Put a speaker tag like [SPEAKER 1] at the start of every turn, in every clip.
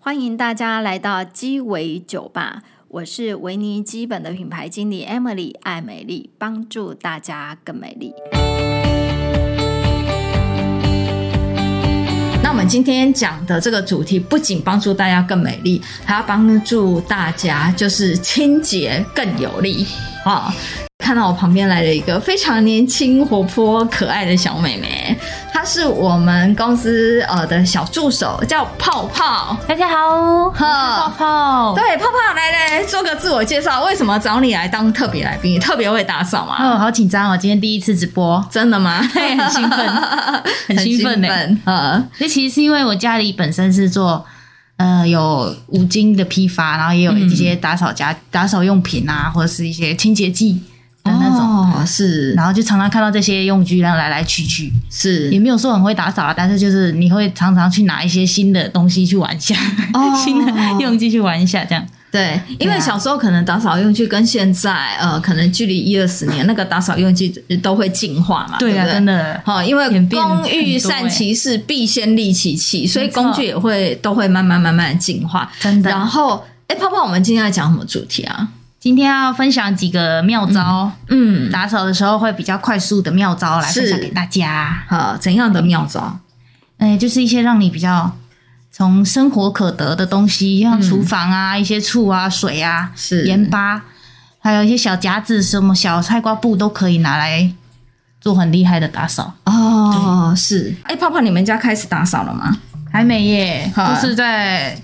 [SPEAKER 1] 欢迎大家来到鸡尾酒吧，我是维尼基本的品牌经理 Emily 艾美丽，帮助大家更美丽。
[SPEAKER 2] 那我们今天讲的这个主题，不仅帮助大家更美丽，还要帮助大家就是清洁更有力啊、看到我旁边来了一个非常年轻、活泼、可爱的小妹妹，她是我们公司呃的小助手，叫泡泡。
[SPEAKER 3] 大家好，
[SPEAKER 2] 呵
[SPEAKER 3] 泡泡。
[SPEAKER 2] 对，泡泡来来做个自我介绍，为什么找你来当特别来宾？你特别会打扫吗？
[SPEAKER 3] 哦，好紧张哦！今天第一次直播，
[SPEAKER 2] 真的吗？
[SPEAKER 3] 嘿很 兴奋很兴奋呢
[SPEAKER 2] 很兴奋呃，
[SPEAKER 3] 这其实是因为我家里本身是做呃有五金的批发，然后也有
[SPEAKER 2] 嗯
[SPEAKER 3] 一些打扫家、打扫用品啊，或者是一些清洁剂的那种，
[SPEAKER 2] 哦、是
[SPEAKER 3] 然后就常常看到这些用具，然后来来去去，
[SPEAKER 2] 是
[SPEAKER 3] 也没有说很会打扫啊，但是就是你会常常去拿一些新的东西去玩一下，
[SPEAKER 2] 哦
[SPEAKER 3] 新的用具去玩一下，这样。
[SPEAKER 2] 对，因为
[SPEAKER 3] 对啊
[SPEAKER 2] 小时候可能打扫用具跟现在呃，可能距离一二十年，那个打扫用具都会进化嘛，对
[SPEAKER 3] 啊，
[SPEAKER 2] 不对
[SPEAKER 3] 真。的。
[SPEAKER 2] 好，因为
[SPEAKER 3] 演变
[SPEAKER 2] 工欲
[SPEAKER 3] 很多
[SPEAKER 2] 善
[SPEAKER 3] 欸
[SPEAKER 2] 其事，必先利其器，所以
[SPEAKER 3] 没错
[SPEAKER 2] 工具也会都会慢慢慢慢地进化。
[SPEAKER 3] 真的
[SPEAKER 2] 然后，哎，泡泡，我们今天要讲什么主题啊？
[SPEAKER 3] 今天要分享几个妙招，
[SPEAKER 2] 嗯，
[SPEAKER 3] 打扫的时候会比较快速的妙招来分享
[SPEAKER 2] 是
[SPEAKER 3] 给大家。
[SPEAKER 2] 好，怎样的妙招？
[SPEAKER 3] 哎，就是一些让你比较从生活可得的东西，像厨房啊、一些醋啊、水啊、
[SPEAKER 2] 嗯是
[SPEAKER 3] 盐巴，还有一些小夹子、什么小菜瓜布都可以拿来做很厉害的打扫。
[SPEAKER 2] 哦，是。哎，泡泡，你们家开始打扫了吗？
[SPEAKER 3] 还没耶，
[SPEAKER 2] 好啊
[SPEAKER 3] 就是在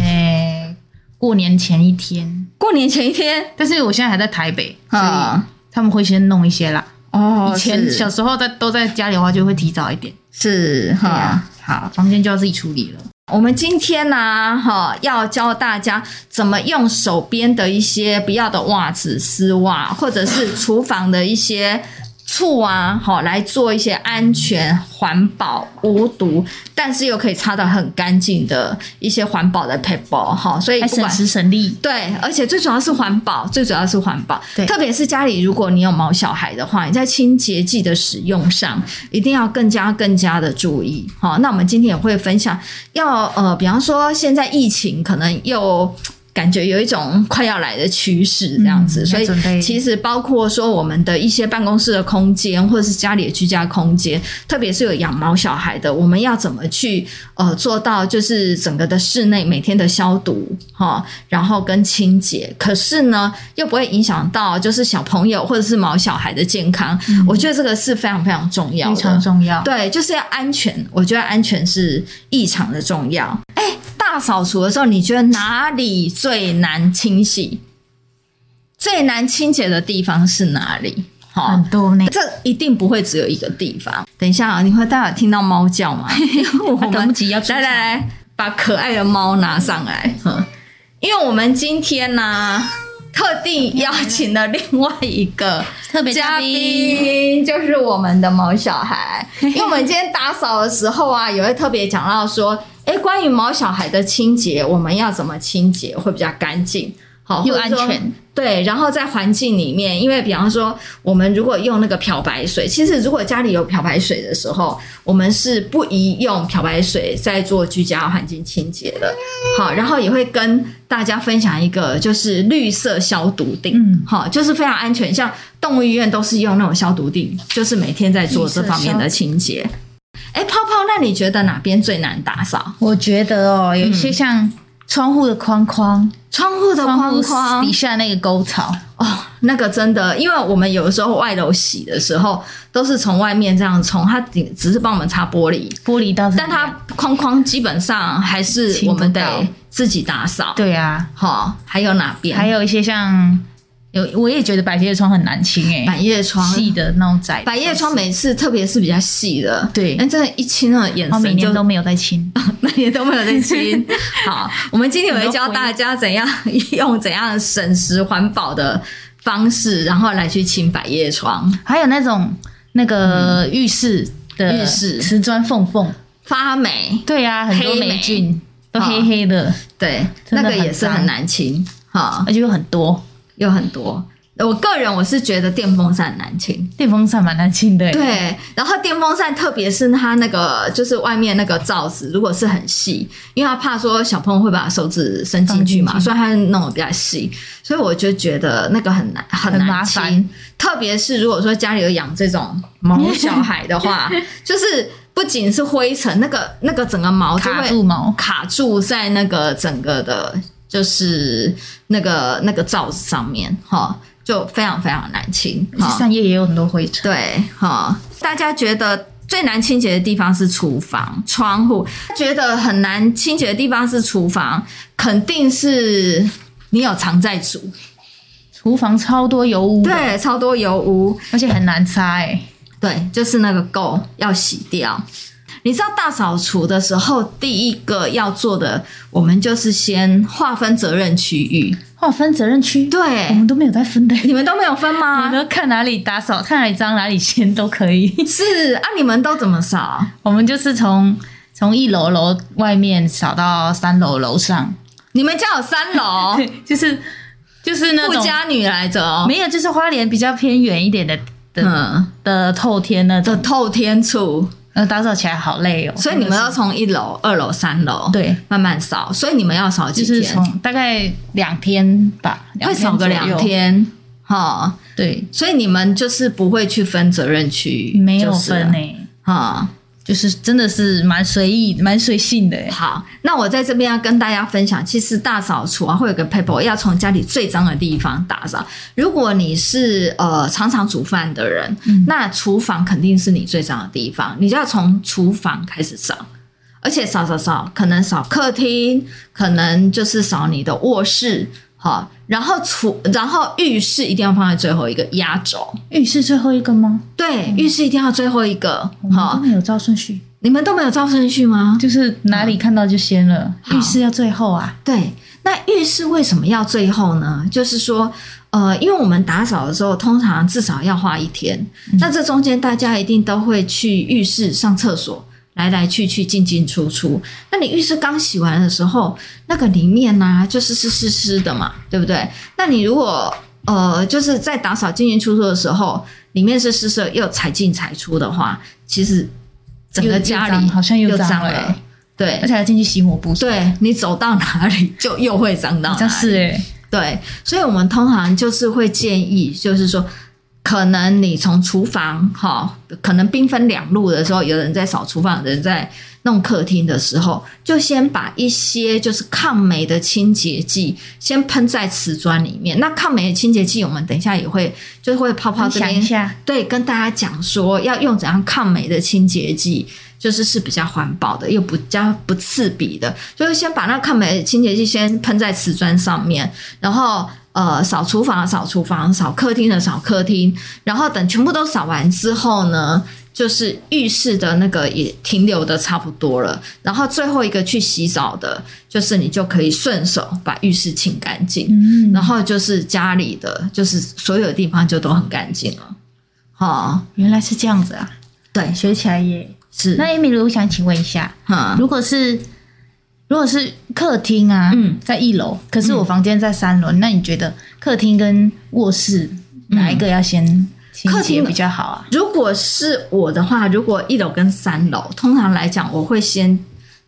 [SPEAKER 3] 哎过年前一天，
[SPEAKER 2] 过年前一天
[SPEAKER 3] 但是我现在还在台北，所以
[SPEAKER 2] 啊。
[SPEAKER 3] 他们会先弄一些啦。
[SPEAKER 2] 哦
[SPEAKER 3] 以前
[SPEAKER 2] 是
[SPEAKER 3] 小时候在都在家里的话，就会提早一点，
[SPEAKER 2] 是
[SPEAKER 3] 对
[SPEAKER 2] 哈
[SPEAKER 3] 啊，
[SPEAKER 2] 嗯好。
[SPEAKER 3] 房间就要自己处理了。
[SPEAKER 2] 我们今天呢、哈，要教大家怎么用手边的一些不要的袜子、丝袜，或者是厨房的一些醋啊，好来做一些安全、环保、无毒，但是又可以擦得很干净的一些环保的 paper 哈。所以
[SPEAKER 3] 还
[SPEAKER 2] 不
[SPEAKER 3] 哎省
[SPEAKER 2] 管
[SPEAKER 3] 时省力。
[SPEAKER 2] 对，而且最主要是环保，最主要是环保。
[SPEAKER 3] 对
[SPEAKER 2] 特别是家里如果你有毛小孩的话，你在清洁剂的使用上一定要更加更加的注意。好，那我们今天也会分享，要呃，比方说现在疫情可能又。感觉有一种快要来的趋势，这样子，
[SPEAKER 3] 嗯
[SPEAKER 2] 所
[SPEAKER 3] 要准备
[SPEAKER 2] 以其实包括说我们的一些办公室的空间，或者是家里的居家空间，特别是有养毛小孩的，我们要怎么去呃做到就是整个的室内每天的消毒哈、然后跟清洁，可是呢又不会影响到就是小朋友或者是毛小孩的健康，我觉得这个是非常非常重要
[SPEAKER 3] 嗯非
[SPEAKER 2] 的，
[SPEAKER 3] 常重要。
[SPEAKER 2] 对，就是要安全，我觉得安全是异常的重要。哎，大扫除的时候，你觉得哪里最难清洗？最难清洁的地方是哪里？好、
[SPEAKER 3] 很多呢，
[SPEAKER 2] 这一定不会只有一个地方。等一下啊，你会待会听到猫叫 吗？因 为我
[SPEAKER 3] 我等不
[SPEAKER 2] 们
[SPEAKER 3] 及要出
[SPEAKER 2] 来来
[SPEAKER 3] 场，
[SPEAKER 2] 来，把可爱的猫拿上来，嗯因为我们今天呢、特地邀请了另外一个
[SPEAKER 3] 特别
[SPEAKER 2] 嘉
[SPEAKER 3] 嘉宾，
[SPEAKER 2] 宾就是我们的毛小孩，因 为我们今天打扫的时候啊，也会特别讲到说，哎、关于毛小孩的清洁，我们要怎么清洁会比较干净，好
[SPEAKER 3] 又
[SPEAKER 2] 或者说
[SPEAKER 3] 安全
[SPEAKER 2] 对，然后在环境里面，因为比方说，我们如果用那个漂白水，其实如果家里有漂白水的时候，我们是不宜用漂白水在做居家环境清洁的。好，然后也会跟大家分享一个，就是绿色消毒锭，
[SPEAKER 3] 嗯
[SPEAKER 2] 好，就是非常安全，像动物医院都是用那种消毒锭，就是每天在做这方面的清洁。
[SPEAKER 3] 嗯
[SPEAKER 2] 哎，泡泡，那你觉得哪边最难打扫？
[SPEAKER 3] 我觉得哦，有一些像窗户的框框，
[SPEAKER 2] 窗户的
[SPEAKER 3] 窗
[SPEAKER 2] 框
[SPEAKER 3] 户
[SPEAKER 2] 框
[SPEAKER 3] 底下那个沟槽，
[SPEAKER 2] 哦，那个真的，因为我们有的时候外楼洗的时候，都是从外面这样冲，它只只是帮我们擦玻璃，
[SPEAKER 3] 玻璃倒是，
[SPEAKER 2] 但它框框基本上还是
[SPEAKER 3] 嗯清不
[SPEAKER 2] 我们
[SPEAKER 3] 到
[SPEAKER 2] 得自己打扫。，
[SPEAKER 3] 对啊，
[SPEAKER 2] 好、还有哪边？
[SPEAKER 3] 还有一些像有，我也觉得百叶窗很难清哎、
[SPEAKER 2] 百叶窗。
[SPEAKER 3] 细的那种窄，
[SPEAKER 2] 百叶窗每次，特别是比较细的，
[SPEAKER 3] 对
[SPEAKER 2] 那真的，一清了眼
[SPEAKER 3] 我每
[SPEAKER 2] 神就
[SPEAKER 3] 年都没有在清，
[SPEAKER 2] 每年都没有在清。 好，我们今天也会教大家怎样用怎样省时环保的方式，然后来去清百叶窗，
[SPEAKER 3] 还有那种那个浴室的
[SPEAKER 2] 嗯浴室
[SPEAKER 3] 瓷砖缝缝，
[SPEAKER 2] 发霉。
[SPEAKER 3] 对啊，很多
[SPEAKER 2] 黑霉啊
[SPEAKER 3] 霉菌都黑黑的，
[SPEAKER 2] 对，
[SPEAKER 3] 真
[SPEAKER 2] 那
[SPEAKER 3] 的
[SPEAKER 2] 个也
[SPEAKER 3] 很
[SPEAKER 2] 是
[SPEAKER 3] 脏
[SPEAKER 2] 很难清，哈、
[SPEAKER 3] 而且有很多，
[SPEAKER 2] 有很多。我个人我是觉得电风扇难清，
[SPEAKER 3] 电风扇蛮难清的耶，欸
[SPEAKER 2] 对，然后电风扇，特别是它那个就是外面那个罩子，如果是很细，因为他怕说小朋友会把手指伸进去嘛，
[SPEAKER 3] 放进去
[SPEAKER 2] 所以他弄得比较细，所以我就觉得那个很难很
[SPEAKER 3] 很
[SPEAKER 2] 难
[SPEAKER 3] 麻
[SPEAKER 2] 清
[SPEAKER 3] 烦
[SPEAKER 2] 特别是如果说家里有养这种毛小孩的话， 就是不仅是灰尘，那个那个整个毛就
[SPEAKER 3] 卡
[SPEAKER 2] 会
[SPEAKER 3] 住毛，
[SPEAKER 2] 卡住在那个整个的，就是那个那个罩子上面哈，就非常非常难清。
[SPEAKER 3] 而且
[SPEAKER 2] 哈
[SPEAKER 3] 扇叶也有很多灰尘。
[SPEAKER 2] 对，哈、大家觉得最难清洁的地方是厨房、窗户，觉得很难清洁的地方是厨房，肯定是你有常在煮，
[SPEAKER 3] 厨房超多油污，，
[SPEAKER 2] 对，超多油污，
[SPEAKER 3] 而且很难擦哎、
[SPEAKER 2] 对，就是那个垢要洗掉。你知道大扫除的时候，第一个要做的，我们就是先划分责任区域。
[SPEAKER 3] 划分责任区，我
[SPEAKER 2] 对，
[SPEAKER 3] 们都没有在分的、
[SPEAKER 2] 你们都没有分
[SPEAKER 3] 我们
[SPEAKER 2] 吗？
[SPEAKER 3] 都看哪里打扫，看哪里脏哪里先都可以。
[SPEAKER 2] 是啊，你们都怎么扫？
[SPEAKER 3] 我们就是从从一楼楼外面扫到三楼楼上，
[SPEAKER 2] 你们家有三楼，
[SPEAKER 3] 对，就是就是 那
[SPEAKER 2] 富
[SPEAKER 3] 种
[SPEAKER 2] 家女来着哦。
[SPEAKER 3] 没有，就是花莲比较偏远一点的的、
[SPEAKER 2] 嗯，
[SPEAKER 3] 的透天那
[SPEAKER 2] 的
[SPEAKER 3] 种，
[SPEAKER 2] 呃透天处，
[SPEAKER 3] 那打扫起来好累哦。
[SPEAKER 2] 所以你们要从一楼、二楼、三楼
[SPEAKER 3] 对，
[SPEAKER 2] 慢慢扫，所以你们要扫
[SPEAKER 3] 就
[SPEAKER 2] 几
[SPEAKER 3] 是
[SPEAKER 2] 天？
[SPEAKER 3] 从大概两天吧，
[SPEAKER 2] 会扫个
[SPEAKER 3] 两
[SPEAKER 2] 两
[SPEAKER 3] 左右。
[SPEAKER 2] 天，哈、
[SPEAKER 3] 对，
[SPEAKER 2] 所以你们就是不会去分责任区域，
[SPEAKER 3] 没有
[SPEAKER 2] 就是啊
[SPEAKER 3] 分
[SPEAKER 2] 了
[SPEAKER 3] 欸呢、
[SPEAKER 2] 哈、
[SPEAKER 3] 就是真的是蛮随意、蛮随性的、欸。
[SPEAKER 2] 好，那我在这边要跟大家分享，其实大扫除啊，会有个 paper 要从家里最脏的地方打扫。如果你是呃常常煮饭的人，那厨房肯定是你最脏的地方，你就要从厨房开始扫。而且扫扫扫，可能扫客厅，可能就是扫你的卧室，好，然后厨，然后浴室一定要放在最后一个压轴，
[SPEAKER 3] 浴室最后一个吗？
[SPEAKER 2] 对，浴室一定要最后一个，
[SPEAKER 3] 我们都
[SPEAKER 2] 好，
[SPEAKER 3] 没有照顺序，
[SPEAKER 2] 你们都没有照顺序吗？
[SPEAKER 3] 就是哪里看到就先了，
[SPEAKER 2] 好
[SPEAKER 3] 浴室要最后啊。
[SPEAKER 2] 对，那浴室为什么要最后呢？就是说，呃，因为我们打扫的时候，通常至少要花一天。
[SPEAKER 3] 嗯
[SPEAKER 2] 那这中间大家一定都会去浴室上厕所，来来去去，进进出出。那你浴室刚洗完的时候，那个里面呢、就是湿湿湿的嘛，对不对？那你如果呃，就是在打扫进进出出的时候，里面是湿湿的又踩进踩出的话，其实整
[SPEAKER 3] 又
[SPEAKER 2] 个
[SPEAKER 3] 又
[SPEAKER 2] 家
[SPEAKER 3] 脏
[SPEAKER 2] 里
[SPEAKER 3] 好像又
[SPEAKER 2] 又
[SPEAKER 3] 脏
[SPEAKER 2] 脏
[SPEAKER 3] 了
[SPEAKER 2] 了，对
[SPEAKER 3] 而，且还进去洗抹布，
[SPEAKER 2] 对你走到哪里就又会脏到
[SPEAKER 3] 好
[SPEAKER 2] 哪
[SPEAKER 3] 像
[SPEAKER 2] 里。
[SPEAKER 3] 是哎、欸，
[SPEAKER 2] 对，所以我们通常就是会建议，就是说，可能你从厨房哈、可能兵分两路的时候，有人在扫厨房，有人在弄客厅的时候，就先把一些就是抗霉的清洁剂先喷在瓷砖里面。那抗霉的清洁剂，我们等一下也会就是会泡泡
[SPEAKER 3] 分
[SPEAKER 2] 这
[SPEAKER 3] 享
[SPEAKER 2] 边
[SPEAKER 3] 一下，
[SPEAKER 2] 对，跟大家讲说要用怎样抗霉的清洁剂，就是是比较环保的，又不加不刺鼻的，就是先把那抗霉的清洁剂先喷在瓷砖上面，然后呃扫厨房的扫厨房，扫客厅的扫客厅，然后等全部都扫完之后呢。就是浴室的那个也停留的差不多了，然后最后一个去洗澡的，就是你就可以顺手把浴室清干净。
[SPEAKER 3] 嗯，
[SPEAKER 2] 然后就是家里的，就是所有地方就都很干净了。哦，
[SPEAKER 3] 原来是这样子啊，
[SPEAKER 2] 对，
[SPEAKER 3] 学起来耶。
[SPEAKER 2] 是，
[SPEAKER 3] 那 Emily，我想请问一下，
[SPEAKER 2] 嗯
[SPEAKER 3] 如果是如果是客厅啊，
[SPEAKER 2] 嗯
[SPEAKER 3] 在一楼，可是我房间在三楼，那你觉得客厅跟卧室哪一个要先清
[SPEAKER 2] 客
[SPEAKER 3] 洁
[SPEAKER 2] 厅的
[SPEAKER 3] 比较好啊？
[SPEAKER 2] 如果是我的话，如果一楼跟三楼，通常来讲，我会先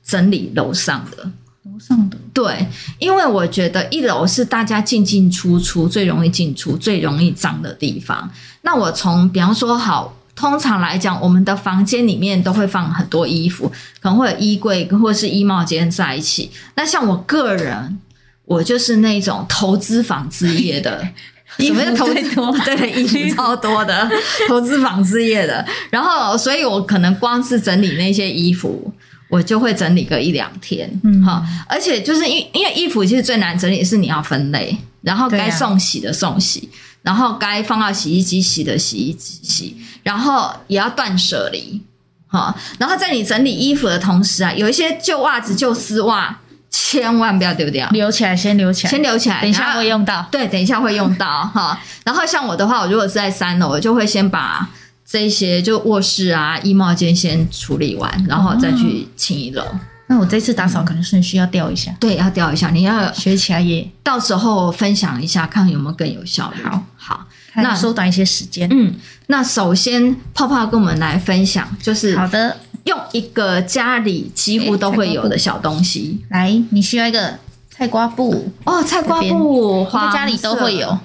[SPEAKER 2] 整理楼上的。
[SPEAKER 3] 楼上的
[SPEAKER 2] 对，因为我觉得一楼是大家进进出出最容易进出、最容易脏的地方。那我从比方说好。通常来讲，我们的房间里面都会放很多衣服，可能会有衣柜或是衣帽间在一起。那像我个人，我就是那种投资纺织业的，
[SPEAKER 3] 衣服
[SPEAKER 2] 什么 叫投
[SPEAKER 3] 最多
[SPEAKER 2] 对，衣服超多的，投资纺织业的。然后，所以我可能光是整理那些衣服，我就会整理个一两天，
[SPEAKER 3] 嗯
[SPEAKER 2] 哈、而且就是因因为衣服其实最难整理是你要分类，然后
[SPEAKER 3] 对啊
[SPEAKER 2] 该送洗的送洗，然后该放到洗衣机洗的洗衣机洗，然后也要断舍离，哈、然后在你整理衣服的同时啊，有一些旧袜子、旧丝袜，千万不要丢掉，
[SPEAKER 3] 留起来，先留起来，
[SPEAKER 2] 先留起来，
[SPEAKER 3] 等一
[SPEAKER 2] 然
[SPEAKER 3] 下
[SPEAKER 2] 后
[SPEAKER 3] 会用到。
[SPEAKER 2] 对，等一下会用到哈。然后像我的话，我如果是在三楼，我就会先把这些就卧室啊、衣帽间先处理完，然后再
[SPEAKER 3] 哦
[SPEAKER 2] 去清一楼。
[SPEAKER 3] 那我这次打扫可能顺序要调一下，
[SPEAKER 2] 对，要调一下，你要
[SPEAKER 3] 学起来耶。
[SPEAKER 2] 到时候分享一下，看有没有更有效率。
[SPEAKER 3] 好，
[SPEAKER 2] 好，
[SPEAKER 3] 看
[SPEAKER 2] 那
[SPEAKER 3] 缩短一些时间。
[SPEAKER 2] 嗯，那首先泡泡跟我们来分享，就是
[SPEAKER 3] 好的，
[SPEAKER 2] 用一个家里几乎都会有的小东西
[SPEAKER 3] 来，你需要一个菜瓜布，
[SPEAKER 2] 哦，菜瓜
[SPEAKER 3] 这边
[SPEAKER 2] 布，
[SPEAKER 3] 在家里都会有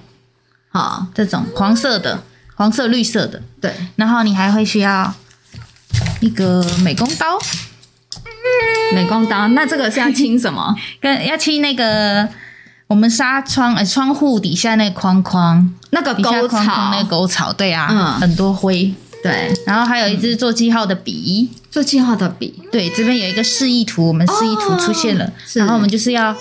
[SPEAKER 2] 啊，
[SPEAKER 3] 这种黄色的、黄色、绿色的，
[SPEAKER 2] 对，
[SPEAKER 3] 然后你还会需要一个美工刀，
[SPEAKER 2] 美工刀。那这个是要清什 么？
[SPEAKER 3] 跟要去那个我们纱窗呃窗户底下那个框框，
[SPEAKER 2] 那个
[SPEAKER 3] 底下
[SPEAKER 2] 沟
[SPEAKER 3] 框框那个
[SPEAKER 2] 槽，
[SPEAKER 3] 沟槽，对啊，
[SPEAKER 2] 嗯
[SPEAKER 3] 很多灰。
[SPEAKER 2] 对，
[SPEAKER 3] 然后还有一支做记号的笔，
[SPEAKER 2] 做记号的笔，
[SPEAKER 3] 对，这边有一个示意图，我们示意图出现了，
[SPEAKER 2] 是
[SPEAKER 3] 然后我们就是要，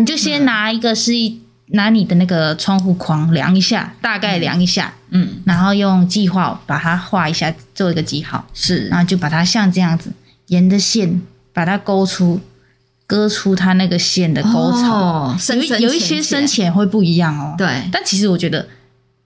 [SPEAKER 3] 你就先拿一个示意，拿你的那个窗户框量一下，大概量一下，
[SPEAKER 2] 嗯，
[SPEAKER 3] 然后用记号把它画一下，做一个记号，
[SPEAKER 2] 是
[SPEAKER 3] 然后就把它像这样子，沿着线把它勾出，割出它那个线的沟槽，
[SPEAKER 2] 哦深
[SPEAKER 3] 有一
[SPEAKER 2] 深
[SPEAKER 3] 有一些
[SPEAKER 2] 浅
[SPEAKER 3] 深
[SPEAKER 2] 浅，
[SPEAKER 3] 浅会不一样哦，，
[SPEAKER 2] 对，
[SPEAKER 3] 但其实我觉得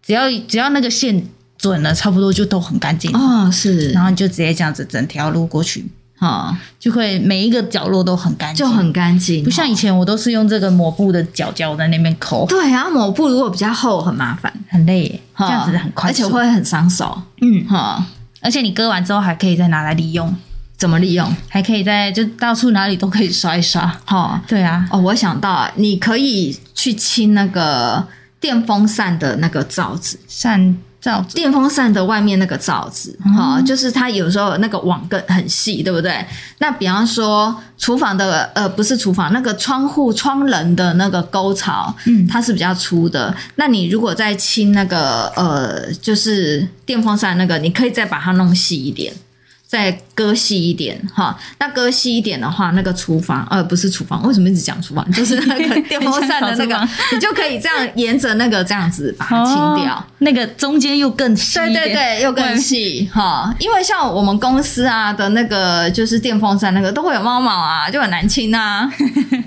[SPEAKER 3] 只要只要那个线准了，差不多就都很干净了
[SPEAKER 2] 哦，是
[SPEAKER 3] 然，后你就直接这样子整条撸过去，
[SPEAKER 2] 哦，
[SPEAKER 3] 就会每一个角落都很干净，
[SPEAKER 2] 就很干净，
[SPEAKER 3] 不像以前我都是用这个抹布的角角在那边抠，
[SPEAKER 2] 对，然后抹布如果比较厚，很麻烦，
[SPEAKER 3] 很累耶，这
[SPEAKER 2] 哈
[SPEAKER 3] 样子很快
[SPEAKER 2] 而且
[SPEAKER 3] 速，
[SPEAKER 2] 会很伤手。
[SPEAKER 3] 嗯，
[SPEAKER 2] 哈，
[SPEAKER 3] 而且你割完之后还可以再拿来利用，
[SPEAKER 2] 怎么利用？
[SPEAKER 3] 还可以在就到处哪里都可以刷一刷。
[SPEAKER 2] 哈，
[SPEAKER 3] 对啊，
[SPEAKER 2] 哦，我想到，你可以去清那个电风扇的那个罩子，
[SPEAKER 3] 扇罩子，嗯
[SPEAKER 2] 电风扇的外面那个罩子，哈、就是它有时候那个网更很细，对不对？那比方说厨房的呃，不是厨房那个窗户窗棱的那个沟槽，
[SPEAKER 3] 嗯
[SPEAKER 2] 它是比较粗的。那你如果再清那个呃，就是电风扇那个，你可以再把它弄细一点。再割细一点哈，那割细一点的话，那个厨房呃不是厨房，为什么一直讲厨房？就是那 个电风扇的那
[SPEAKER 3] 很像
[SPEAKER 2] 个
[SPEAKER 3] 扫，
[SPEAKER 2] 你就可以这样沿着那个这样子把它清掉。
[SPEAKER 3] 哦那个中间又更细
[SPEAKER 2] 对
[SPEAKER 3] 一点
[SPEAKER 2] 对对，又更细哈，因为像我们公司啊的那个就是电风扇那个都会有猫毛啊，就很难清 啊，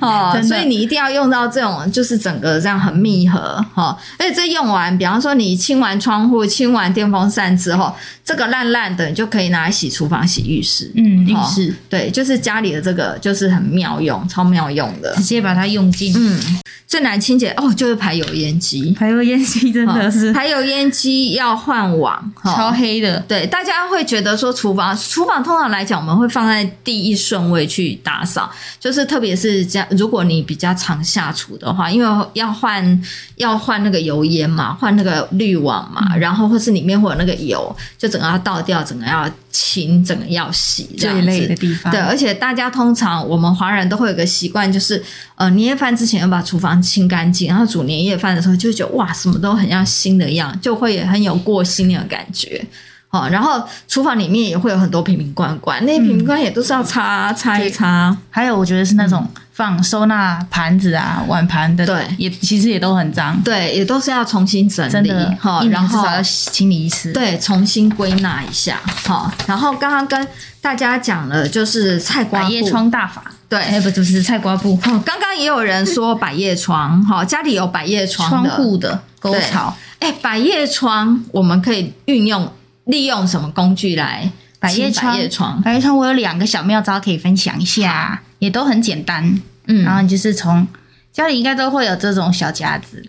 [SPEAKER 2] 哈，
[SPEAKER 3] 真的
[SPEAKER 2] 所以你一定要用到这种就是整个这样很密合哈，而且这用完，比方说你清完窗户、清完电风扇之后，这个烂烂的你就可以拿来洗厨房、洗浴室，
[SPEAKER 3] 嗯，浴
[SPEAKER 2] 哈
[SPEAKER 3] 室
[SPEAKER 2] 对，就是家里的这个就是很妙用，超妙用的
[SPEAKER 3] 直，接把它用尽，
[SPEAKER 2] 嗯，最难清洁哦就是排油烟机。
[SPEAKER 3] 排油烟机真的是
[SPEAKER 2] 排油烟机要换网，哈
[SPEAKER 3] 超黑的，
[SPEAKER 2] 对，大家会觉得说厨房，厨房通常来讲，我们会放在第一顺位去打扫，就是特别是家，如果你比较常下厨的话，因为要换要换那个油烟嘛，换那个滤网嘛，然后或是里面会有那个油，就整个要倒掉，整个要清，整个要洗，这样
[SPEAKER 3] 最
[SPEAKER 2] 子
[SPEAKER 3] 累的地方。
[SPEAKER 2] 对，而且大家通常我们华人都会有个习惯，就是呃年夜饭之前要把厨房清干净，然后煮年夜饭的时候就会觉得哇，什么都很像新的一样，就会很有过新的感觉。哦，然后厨房里面也会有很多瓶瓶罐罐，那些瓶瓶罐也都是要擦、擦一擦。
[SPEAKER 3] 还有，我觉得是那种放收纳盘子啊、碗盘的，
[SPEAKER 2] 对
[SPEAKER 3] 也其实也都很脏，
[SPEAKER 2] 对，也都是要重新整
[SPEAKER 3] 真
[SPEAKER 2] 理
[SPEAKER 3] 的，
[SPEAKER 2] 哈、
[SPEAKER 3] 一年
[SPEAKER 2] 然
[SPEAKER 3] 至
[SPEAKER 2] 后
[SPEAKER 3] 少要清理一次。，
[SPEAKER 2] 对重新归纳一下哈、然后刚刚跟大家讲了，就是菜瓜
[SPEAKER 3] 百
[SPEAKER 2] 布
[SPEAKER 3] 叶窗大法，
[SPEAKER 2] 对
[SPEAKER 3] 哎，不，就是菜瓜布，
[SPEAKER 2] 哦，刚刚也有人说百叶窗，哈、家里有百叶窗
[SPEAKER 3] 窗
[SPEAKER 2] 的
[SPEAKER 3] 户的沟槽，
[SPEAKER 2] 哎，百叶窗我们可以运用利用什么工具来
[SPEAKER 3] 百叶
[SPEAKER 2] 清百
[SPEAKER 3] 窗
[SPEAKER 2] 叶窗，
[SPEAKER 3] 百叶窗，我有两个小妙招可以分享一下，也都很简单。然
[SPEAKER 2] 嗯，
[SPEAKER 3] 后你就是从家里应该都会有这种小夹子，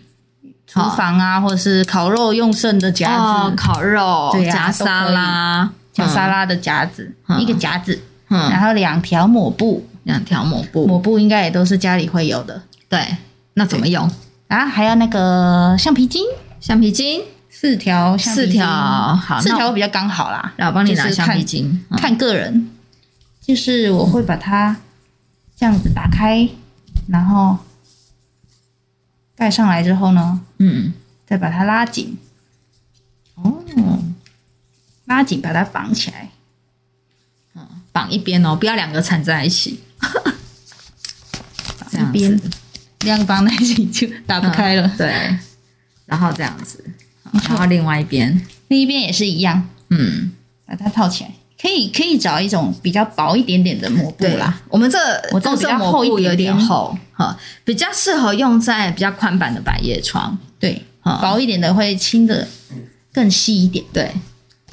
[SPEAKER 3] 厨
[SPEAKER 2] 好
[SPEAKER 3] 房啊，或者是烤肉用剩的夹
[SPEAKER 2] 哦
[SPEAKER 3] 子，，
[SPEAKER 2] 烤肉、
[SPEAKER 3] 对啊
[SPEAKER 2] 夹沙拉、
[SPEAKER 3] 小沙
[SPEAKER 2] 拉，
[SPEAKER 3] 拉的夹子，
[SPEAKER 2] 嗯
[SPEAKER 3] 一个夹子，
[SPEAKER 2] 嗯，
[SPEAKER 3] 然后两条抹布，
[SPEAKER 2] 两条抹布，
[SPEAKER 3] 抹布应该也都是家里会有的。
[SPEAKER 2] 对，那怎么用？
[SPEAKER 3] 啊，还有那个橡皮筋，
[SPEAKER 2] 橡皮筋，
[SPEAKER 3] 四条橡皮
[SPEAKER 2] 四
[SPEAKER 3] 筋，
[SPEAKER 2] 条，好，
[SPEAKER 3] 四
[SPEAKER 2] 那
[SPEAKER 3] 条
[SPEAKER 2] 我，
[SPEAKER 3] 比较刚好啦。
[SPEAKER 2] 那我帮你拿
[SPEAKER 3] 就是
[SPEAKER 2] 橡
[SPEAKER 3] 看
[SPEAKER 2] 皮筋，嗯
[SPEAKER 3] 看个人，就是我会把它这样子打开，然后盖上来之后呢，
[SPEAKER 2] 嗯，
[SPEAKER 3] 再把它拉紧，
[SPEAKER 2] 哦，
[SPEAKER 3] 拉紧把它绑起来。
[SPEAKER 2] 绑一边哦，不要两个缠在一起， 这样
[SPEAKER 3] 一边
[SPEAKER 2] 子，嗯
[SPEAKER 3] 两个绑在一起就打不开了，
[SPEAKER 2] 对，然后这样子，好然后另外一边，
[SPEAKER 3] 另一边也是一样，
[SPEAKER 2] 嗯。
[SPEAKER 3] 把它套起来。可以可以找一种比较薄一点点的抹布
[SPEAKER 2] 对
[SPEAKER 3] 啦，，
[SPEAKER 2] 我们这
[SPEAKER 3] 我这
[SPEAKER 2] 棕
[SPEAKER 3] 个比
[SPEAKER 2] 色
[SPEAKER 3] 较
[SPEAKER 2] 抹
[SPEAKER 3] 厚一
[SPEAKER 2] 布有
[SPEAKER 3] 点
[SPEAKER 2] 点
[SPEAKER 3] 点
[SPEAKER 2] 厚，哈，比较适合用在比较宽版的百叶窗，
[SPEAKER 3] 对，
[SPEAKER 2] 啊
[SPEAKER 3] 薄一点的会清的更细一点。
[SPEAKER 2] 对。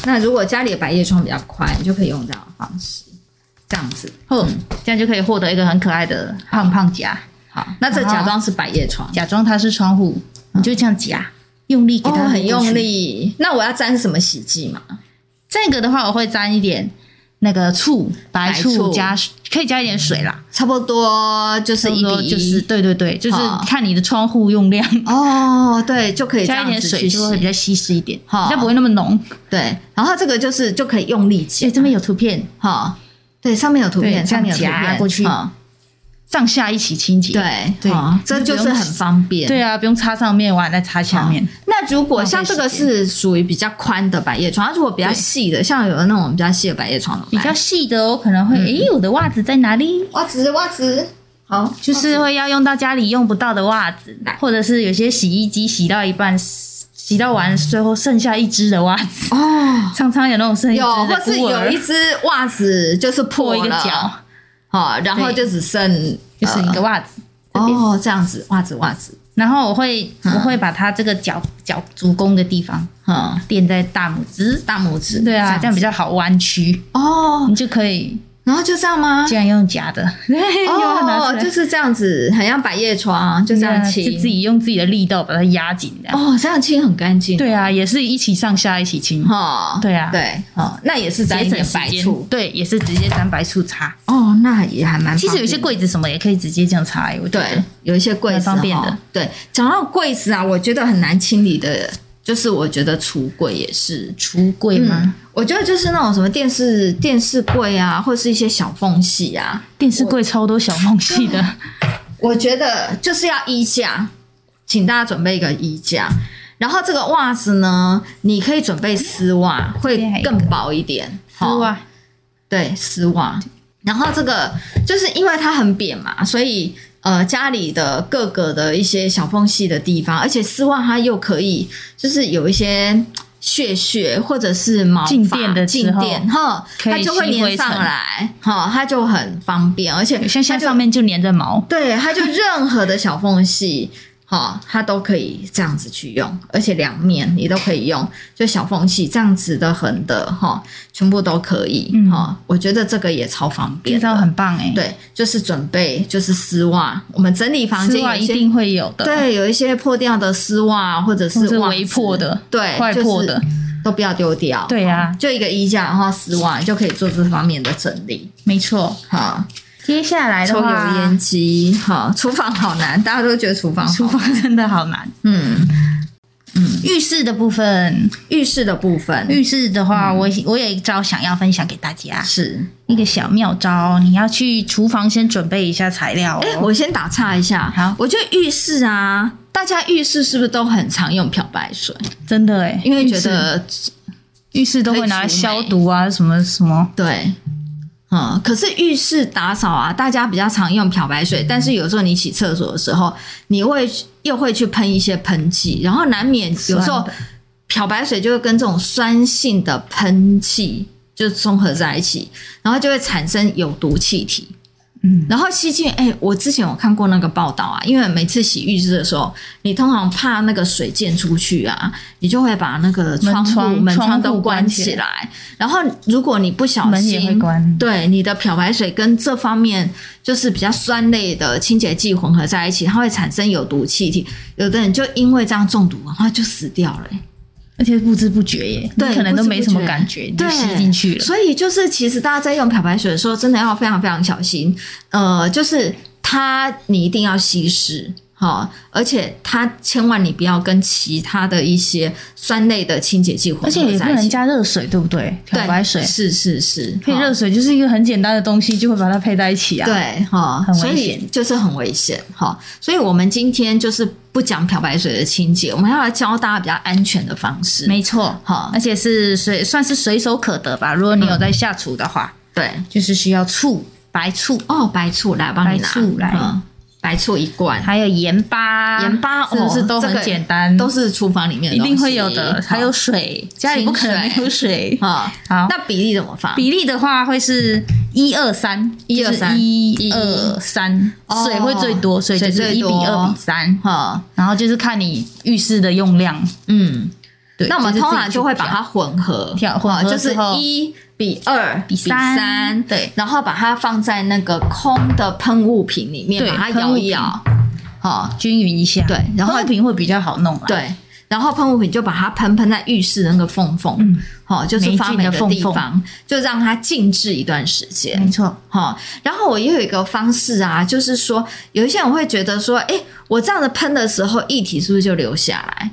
[SPEAKER 2] 那如果家里的百叶窗比较宽，你就可以用这样的方式，这样子。
[SPEAKER 3] 哦，这样就可以获得一个很可爱的胖胖夹。
[SPEAKER 2] 好，那这
[SPEAKER 3] 好
[SPEAKER 2] 假装是百叶窗，
[SPEAKER 3] 假装它是窗户，你就这样夹，啊用力给
[SPEAKER 2] 哦，
[SPEAKER 3] 它、
[SPEAKER 2] 很用。力。那我要沾什么洗剂嘛？
[SPEAKER 3] 这个的话，我会沾一点那个醋，白
[SPEAKER 2] 白醋
[SPEAKER 3] 醋嗯加可以加一点水啦，
[SPEAKER 2] 差不多就是一
[SPEAKER 3] 差不多
[SPEAKER 2] 比一，
[SPEAKER 3] 就是对对对，就是
[SPEAKER 2] 好
[SPEAKER 3] 看你的窗户用量，
[SPEAKER 2] 哦，对，就可以这
[SPEAKER 3] 加
[SPEAKER 2] 样
[SPEAKER 3] 一点
[SPEAKER 2] 子去
[SPEAKER 3] 水就会比
[SPEAKER 2] 洗
[SPEAKER 3] 较稀释一点，
[SPEAKER 2] 好
[SPEAKER 3] 比较不会那么浓。
[SPEAKER 2] 对。然后这个就是就可以用力
[SPEAKER 3] 哎，
[SPEAKER 2] 挤，
[SPEAKER 3] 这边有图片，
[SPEAKER 2] 好，对，上面有图片，
[SPEAKER 3] 对这
[SPEAKER 2] 上
[SPEAKER 3] 样
[SPEAKER 2] 面有图
[SPEAKER 3] 夹
[SPEAKER 2] 片
[SPEAKER 3] 过去
[SPEAKER 2] 好
[SPEAKER 3] 上下一起清洁。
[SPEAKER 2] 对
[SPEAKER 3] 对
[SPEAKER 2] 好这
[SPEAKER 3] 就不
[SPEAKER 2] 就
[SPEAKER 3] 用
[SPEAKER 2] 是很方便。
[SPEAKER 3] 对啊，不用擦上面，完再擦下面。
[SPEAKER 2] 那如果
[SPEAKER 3] 浪费
[SPEAKER 2] 像这个
[SPEAKER 3] 时间
[SPEAKER 2] 是属于比较宽的百叶窗，它如果比较
[SPEAKER 3] 对
[SPEAKER 2] 细的，像有的那种比较细的百叶窗，
[SPEAKER 3] 比较细的哦，可能会诶，我的袜子在哪里？
[SPEAKER 2] 袜子袜子好，
[SPEAKER 3] 就是会要用到家里用不到的袜子，或者是有些洗衣机洗到一半，洗到完最后剩下一只的袜子，
[SPEAKER 2] 哦，
[SPEAKER 3] 常常有那种剩一只
[SPEAKER 2] 有或
[SPEAKER 3] 的
[SPEAKER 2] 是
[SPEAKER 3] 孤儿
[SPEAKER 2] 有一只袜子就是破
[SPEAKER 3] 破
[SPEAKER 2] 了
[SPEAKER 3] 一个角，
[SPEAKER 2] 好，然后就只剩
[SPEAKER 3] 就剩一个袜子。
[SPEAKER 2] 呃哦，这样子袜子袜子，
[SPEAKER 3] 然后我会我会把它这个脚脚足弓的地方
[SPEAKER 2] 嗯，
[SPEAKER 3] 垫在大拇指，
[SPEAKER 2] 大拇指
[SPEAKER 3] 对啊，
[SPEAKER 2] 这
[SPEAKER 3] 这样
[SPEAKER 2] 样
[SPEAKER 3] 比较好弯曲，
[SPEAKER 2] 哦，
[SPEAKER 3] 你就可以
[SPEAKER 2] 然后就这样吗
[SPEAKER 3] 这？样用夹的， 又要拿
[SPEAKER 2] 哦
[SPEAKER 3] 出，来
[SPEAKER 2] 就是这样子，很像百叶窗，就这样
[SPEAKER 3] 对啊
[SPEAKER 2] 清
[SPEAKER 3] 就自己用自己的力道把它压紧，这样。
[SPEAKER 2] 哦，这样清很干净，
[SPEAKER 3] 对啊，也是一起上下一起清，
[SPEAKER 2] 哈，
[SPEAKER 3] 对啊
[SPEAKER 2] 对，哦，那也是沾
[SPEAKER 3] 节
[SPEAKER 2] 一
[SPEAKER 3] 省
[SPEAKER 2] 点
[SPEAKER 3] 时
[SPEAKER 2] 白
[SPEAKER 3] 间
[SPEAKER 2] 醋，
[SPEAKER 3] 对，也是直接沾白醋擦。
[SPEAKER 2] 哦，那也还蛮方便的。
[SPEAKER 3] 其实有一些柜子什么也可以直接这样擦、欸，我觉
[SPEAKER 2] 对
[SPEAKER 3] 得。，
[SPEAKER 2] 有一些柜子
[SPEAKER 3] 蛮方便的
[SPEAKER 2] 哈。对，讲到柜子啊，我觉得很难清理的，就是我觉得橱柜也是。
[SPEAKER 3] 橱柜吗？
[SPEAKER 2] 嗯，我觉得就是那种什么电视电视柜啊，或是一些小缝隙啊，
[SPEAKER 3] 电视柜超多小缝隙 的，
[SPEAKER 2] 我觉得就是要衣架，请大家准备一个衣架。然后这个袜子呢，你可以准备丝袜，会
[SPEAKER 3] 边还有一个
[SPEAKER 2] 更薄一点。
[SPEAKER 3] 丝
[SPEAKER 2] 好
[SPEAKER 3] 袜
[SPEAKER 2] 对，丝袜。然后这个就是因为它很扁嘛，所以呃家里的各个的一些小缝隙的地方，而且丝袜它又可以就是有一些屑屑或者是毛发
[SPEAKER 3] 静电的时
[SPEAKER 2] 静
[SPEAKER 3] 候
[SPEAKER 2] 电哈，
[SPEAKER 3] 可以
[SPEAKER 2] 它就会
[SPEAKER 3] 吸
[SPEAKER 2] 粘
[SPEAKER 3] 灰
[SPEAKER 2] 上
[SPEAKER 3] 尘
[SPEAKER 2] 来哈，它就很方便，而且
[SPEAKER 3] 像像
[SPEAKER 2] 它就
[SPEAKER 3] 上面就粘着毛，
[SPEAKER 2] 对，它就任何的小缝隙， 哈、它都可以这样子去用，而且两面你都可以用，就小缝隙这样子的横的哈、全部都可以哈、
[SPEAKER 3] 嗯
[SPEAKER 2] 我觉得这个也超方
[SPEAKER 3] 这
[SPEAKER 2] 便的，
[SPEAKER 3] 招很棒哎、欸。，
[SPEAKER 2] 对，就是准备就是丝袜，我们整理房
[SPEAKER 3] 丝
[SPEAKER 2] 间
[SPEAKER 3] 袜
[SPEAKER 2] 有
[SPEAKER 3] 一
[SPEAKER 2] 些
[SPEAKER 3] 定会有的，，
[SPEAKER 2] 对，有一些破掉的丝袜或者
[SPEAKER 3] 或
[SPEAKER 2] 是
[SPEAKER 3] 是
[SPEAKER 2] 袜
[SPEAKER 3] 微
[SPEAKER 2] 子
[SPEAKER 3] 破的、
[SPEAKER 2] 对
[SPEAKER 3] 快破
[SPEAKER 2] 就
[SPEAKER 3] 的
[SPEAKER 2] 是，都不要丢掉，
[SPEAKER 3] 对啊
[SPEAKER 2] 哈就一个衣架，然后丝袜就可以做这方面的整理，
[SPEAKER 3] 没错。
[SPEAKER 2] 好。
[SPEAKER 3] 接下来的
[SPEAKER 2] 抽油
[SPEAKER 3] 话
[SPEAKER 2] 烟，机，哈，厨房好难，大家都觉得厨房好
[SPEAKER 3] 厨房 真的好难。
[SPEAKER 2] 嗯，
[SPEAKER 3] 嗯浴室的部分，
[SPEAKER 2] 浴室的部分
[SPEAKER 3] 浴室的话，我我有一招想要分享给大家，
[SPEAKER 2] 是，
[SPEAKER 3] 一个小妙招，你要去厨房先准备一下材料、哦。
[SPEAKER 2] 哎、我先打岔一下，
[SPEAKER 3] 好
[SPEAKER 2] 我觉得浴室啊，大家浴室是不是都很常用漂白水？
[SPEAKER 3] 真的哎，
[SPEAKER 2] 因为觉得
[SPEAKER 3] 浴室都会拿来消毒啊，什么什么。
[SPEAKER 2] 对。嗯，可是浴室打扫啊，大家比较常用漂白水，但是有时候你洗厕所的时候，你会又会去喷一些喷剂，然后难免有时候
[SPEAKER 3] 酸的
[SPEAKER 2] 漂白水就会跟这种酸性的喷气就综合在一起，然后就会产生有毒气体。
[SPEAKER 3] 嗯，
[SPEAKER 2] 然后吸进哎、我之前有看过那个报道啊，因为每次洗浴室的时候，你通常怕那个水溅出去啊，你就会把那个窗户
[SPEAKER 3] 门窗
[SPEAKER 2] 门窗
[SPEAKER 3] 窗
[SPEAKER 2] 都
[SPEAKER 3] 户
[SPEAKER 2] 关
[SPEAKER 3] 关起
[SPEAKER 2] 起来。然后如果你不小
[SPEAKER 3] 门也会
[SPEAKER 2] 心，
[SPEAKER 3] 关
[SPEAKER 2] 对你的漂白水跟这方面就是比较酸类的清洁剂混合在一起，它会产生有毒气体。有的人就因为这样中毒，然后就死掉了、哎
[SPEAKER 3] 而且不知不觉耶，
[SPEAKER 2] 对
[SPEAKER 3] 你可能都没什么感觉，你
[SPEAKER 2] 对
[SPEAKER 3] 就吸进去了。
[SPEAKER 2] 所以就是，其实大家在用漂白水的时候，真的要非常非常小心。呃，就是它你一定要稀释。好，而且它千万你不要跟其他的一些酸类的清洁剂混
[SPEAKER 3] 而且
[SPEAKER 2] 合
[SPEAKER 3] 也不
[SPEAKER 2] 在一
[SPEAKER 3] 能
[SPEAKER 2] 起。
[SPEAKER 3] 加热水，对不对？
[SPEAKER 2] 对
[SPEAKER 3] 漂白水
[SPEAKER 2] 是是是，
[SPEAKER 3] 配热
[SPEAKER 2] 哈
[SPEAKER 3] 水就是一个很简单的东西，就会把它配在一起啊。，
[SPEAKER 2] 对哈，
[SPEAKER 3] 很危
[SPEAKER 2] 所以
[SPEAKER 3] 险
[SPEAKER 2] 就是很危险哈。所以我们今天就是不讲漂白水的清洁，我们要来教大家比较安全的方式。
[SPEAKER 3] 没错。
[SPEAKER 2] 好
[SPEAKER 3] 而且是随算是随手可得吧。如果你有在下厨的话，
[SPEAKER 2] 对
[SPEAKER 3] 就是需要醋、白醋，
[SPEAKER 2] 哦，白醋来我帮你拿，
[SPEAKER 3] 白醋来
[SPEAKER 2] 嗯白醋一罐，
[SPEAKER 3] 还有盐巴，
[SPEAKER 2] 盐巴
[SPEAKER 3] 是不是
[SPEAKER 2] 哦
[SPEAKER 3] 都
[SPEAKER 2] 这
[SPEAKER 3] 很
[SPEAKER 2] 个
[SPEAKER 3] 简单？
[SPEAKER 2] 都是厨房里面的
[SPEAKER 3] 一
[SPEAKER 2] 东西
[SPEAKER 3] 定会有的。还有水，家里不可能没有哦水。
[SPEAKER 2] 啊，
[SPEAKER 3] 好，
[SPEAKER 2] 那比例怎么放？
[SPEAKER 3] 比例的话会是一二三，
[SPEAKER 2] 1 2 3
[SPEAKER 3] 一二三，
[SPEAKER 2] 哦
[SPEAKER 3] 水会最多，水就
[SPEAKER 2] 水
[SPEAKER 3] 是
[SPEAKER 2] 最
[SPEAKER 3] 一比
[SPEAKER 2] 多哦
[SPEAKER 3] 二比三，
[SPEAKER 2] 哈，
[SPEAKER 3] 然后就是看你浴室的用量。
[SPEAKER 2] 嗯，
[SPEAKER 3] 对，
[SPEAKER 2] 那我们
[SPEAKER 3] 是
[SPEAKER 2] 通
[SPEAKER 3] 自己
[SPEAKER 2] 常
[SPEAKER 3] 去
[SPEAKER 2] 就会把
[SPEAKER 3] 调
[SPEAKER 2] 它混合，
[SPEAKER 3] 调混合
[SPEAKER 2] 啊就是
[SPEAKER 3] 之后
[SPEAKER 2] 一比二
[SPEAKER 3] 比三
[SPEAKER 2] 三，
[SPEAKER 3] 对
[SPEAKER 2] 然后把它放在那个空的喷雾瓶里面，
[SPEAKER 3] 对
[SPEAKER 2] 把它
[SPEAKER 3] 喷
[SPEAKER 2] 摇
[SPEAKER 3] 雾
[SPEAKER 2] 一
[SPEAKER 3] 瓶
[SPEAKER 2] 摇，好，
[SPEAKER 3] 均匀一下，
[SPEAKER 2] 对然后
[SPEAKER 3] 喷雾瓶会比较好弄啦。，
[SPEAKER 2] 对。然后喷雾品就把它喷喷在浴室的那个缝缝，
[SPEAKER 3] 嗯，
[SPEAKER 2] 好、就是发霉的
[SPEAKER 3] 霉菌的
[SPEAKER 2] 地
[SPEAKER 3] 缝
[SPEAKER 2] 方，就让它静置一段时间。
[SPEAKER 3] 没错，
[SPEAKER 2] 哈、然后我也有一个方式啊，就是说有一些人会觉得说，哎，我这样子喷的时候，液体是不是就流下来？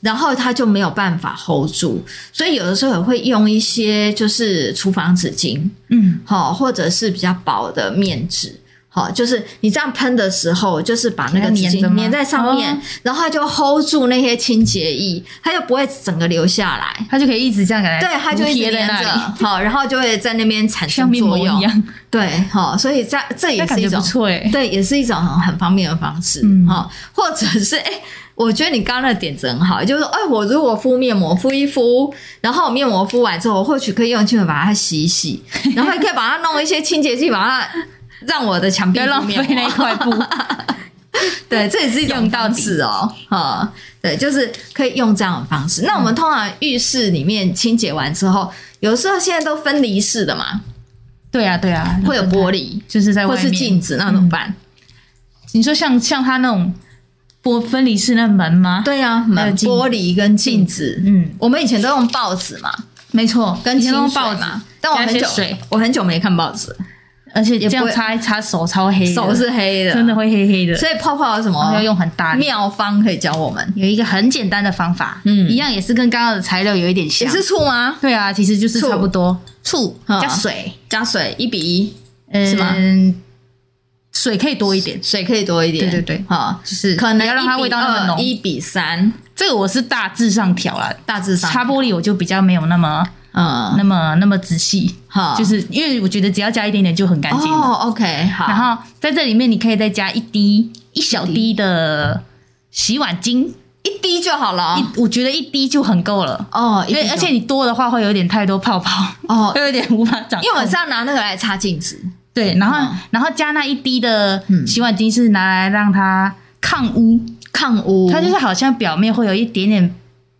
[SPEAKER 2] 然后它就没有办法 hold 住，所以有的时候也会用一些就是厨房纸巾，
[SPEAKER 3] 嗯，
[SPEAKER 2] 好、或者是比较薄的面纸。好，就是你这样喷的时候，就是把那个纸
[SPEAKER 3] 给它粘着
[SPEAKER 2] 巾
[SPEAKER 3] 吗
[SPEAKER 2] 粘在上面，
[SPEAKER 3] 哦
[SPEAKER 2] 然后它就 hold 住那些清洁液，它就不会整个流下来。
[SPEAKER 3] 它就可以一直这样给它
[SPEAKER 2] 对，它就
[SPEAKER 3] 服
[SPEAKER 2] 一
[SPEAKER 3] 贴
[SPEAKER 2] 直
[SPEAKER 3] 在
[SPEAKER 2] 粘
[SPEAKER 3] 那
[SPEAKER 2] 着
[SPEAKER 3] 里，，
[SPEAKER 2] 好，然后就会在那边产
[SPEAKER 3] 像
[SPEAKER 2] 生
[SPEAKER 3] 面
[SPEAKER 2] 作
[SPEAKER 3] 膜一
[SPEAKER 2] 用。
[SPEAKER 3] 样，
[SPEAKER 2] 对，好，所以这这也
[SPEAKER 3] 那
[SPEAKER 2] 是
[SPEAKER 3] 感
[SPEAKER 2] 一
[SPEAKER 3] 觉不
[SPEAKER 2] 种，
[SPEAKER 3] 错哎。
[SPEAKER 2] 对，也是一种很很方便的方式，
[SPEAKER 3] 嗯
[SPEAKER 2] 好，或者是哎、我觉得你刚刚那个点子很好，就是说，哎，我如果敷面膜敷一敷，然后我面膜敷完之后，我或许可以用去把它洗一 洗，然后也可以把它弄一些清洁剂，把它让我的墙 壁
[SPEAKER 3] 不要
[SPEAKER 2] 敷
[SPEAKER 3] 浪
[SPEAKER 2] 面
[SPEAKER 3] 费那一
[SPEAKER 2] 膜。
[SPEAKER 3] 块布，
[SPEAKER 2] 对，这也是一种
[SPEAKER 3] 用到
[SPEAKER 2] 方式哦，啊、对，就是可以用这样的方式。那我们通常浴室里面清洁完之后，有时候现在都分离式的嘛，
[SPEAKER 3] 对啊对啊，
[SPEAKER 2] 会有玻，璃
[SPEAKER 3] 就是在外
[SPEAKER 2] 或
[SPEAKER 3] 面嗯
[SPEAKER 2] 是镜子，那怎么办？
[SPEAKER 3] 你说像像它那种玻分离式那门吗？，
[SPEAKER 2] 对呀、
[SPEAKER 3] 还有
[SPEAKER 2] 门、
[SPEAKER 3] 镜子
[SPEAKER 2] 玻璃跟镜子，
[SPEAKER 3] 嗯，
[SPEAKER 2] 我们以前都用报纸嘛，
[SPEAKER 3] 没错，
[SPEAKER 2] 跟
[SPEAKER 3] 以前
[SPEAKER 2] 清
[SPEAKER 3] 都用
[SPEAKER 2] 水
[SPEAKER 3] 报纸
[SPEAKER 2] 嘛，但我
[SPEAKER 3] 加一
[SPEAKER 2] 很
[SPEAKER 3] 些
[SPEAKER 2] 久
[SPEAKER 3] 水，
[SPEAKER 2] 我很久没看报纸，
[SPEAKER 3] 而且这
[SPEAKER 2] 不
[SPEAKER 3] 样
[SPEAKER 2] 会
[SPEAKER 3] 擦一擦手超黑的，
[SPEAKER 2] 手是黑的，
[SPEAKER 3] 真的，会黑黑的，
[SPEAKER 2] 所以泡泡有什
[SPEAKER 3] 然后
[SPEAKER 2] 么
[SPEAKER 3] 要用很大力。
[SPEAKER 2] 妙方可以教我们？
[SPEAKER 3] 有一个很简单的方法，
[SPEAKER 2] 嗯
[SPEAKER 3] 一样也是跟刚刚的材料有一点
[SPEAKER 2] 也
[SPEAKER 3] 像，
[SPEAKER 2] 是醋吗？
[SPEAKER 3] 对啊，其实就是
[SPEAKER 2] 醋
[SPEAKER 3] 差不多，醋
[SPEAKER 2] 嗯
[SPEAKER 3] 加水，
[SPEAKER 2] 加水一比一，是吗
[SPEAKER 3] 嗯，水可以多一点，
[SPEAKER 2] 水可以多一点，
[SPEAKER 3] 对对对
[SPEAKER 2] 好，
[SPEAKER 3] 就是
[SPEAKER 2] 可能
[SPEAKER 3] 不要让它味道那么浓。
[SPEAKER 2] 一比三，
[SPEAKER 3] 这个我是大致上调啦，
[SPEAKER 2] 大致上，
[SPEAKER 3] 擦玻璃我就比较没有那么
[SPEAKER 2] 嗯，
[SPEAKER 3] 那么那么仔细，
[SPEAKER 2] 好，
[SPEAKER 3] 就是因为我觉得只要加一点点就很干净了。
[SPEAKER 2] 嗯哦，OK，
[SPEAKER 3] 然
[SPEAKER 2] 好，
[SPEAKER 3] 后在这里面你可以再加一滴一小滴的洗碗精，
[SPEAKER 2] 一滴就好了
[SPEAKER 3] 一我觉得一滴就很够了。
[SPEAKER 2] 哦，一
[SPEAKER 3] 因
[SPEAKER 2] 滴
[SPEAKER 3] 为
[SPEAKER 2] 就
[SPEAKER 3] 而且你多的话会有点太多泡泡，
[SPEAKER 2] 哦
[SPEAKER 3] 会有点无法掌控。
[SPEAKER 2] 因为我是要拿那个来擦镜子，
[SPEAKER 3] 对，然后、
[SPEAKER 2] 哦
[SPEAKER 3] 然后加那一滴的
[SPEAKER 2] 嗯
[SPEAKER 3] 洗碗精是拿来让它抗污，
[SPEAKER 2] 抗污，
[SPEAKER 3] 它就是好像表面会有一点点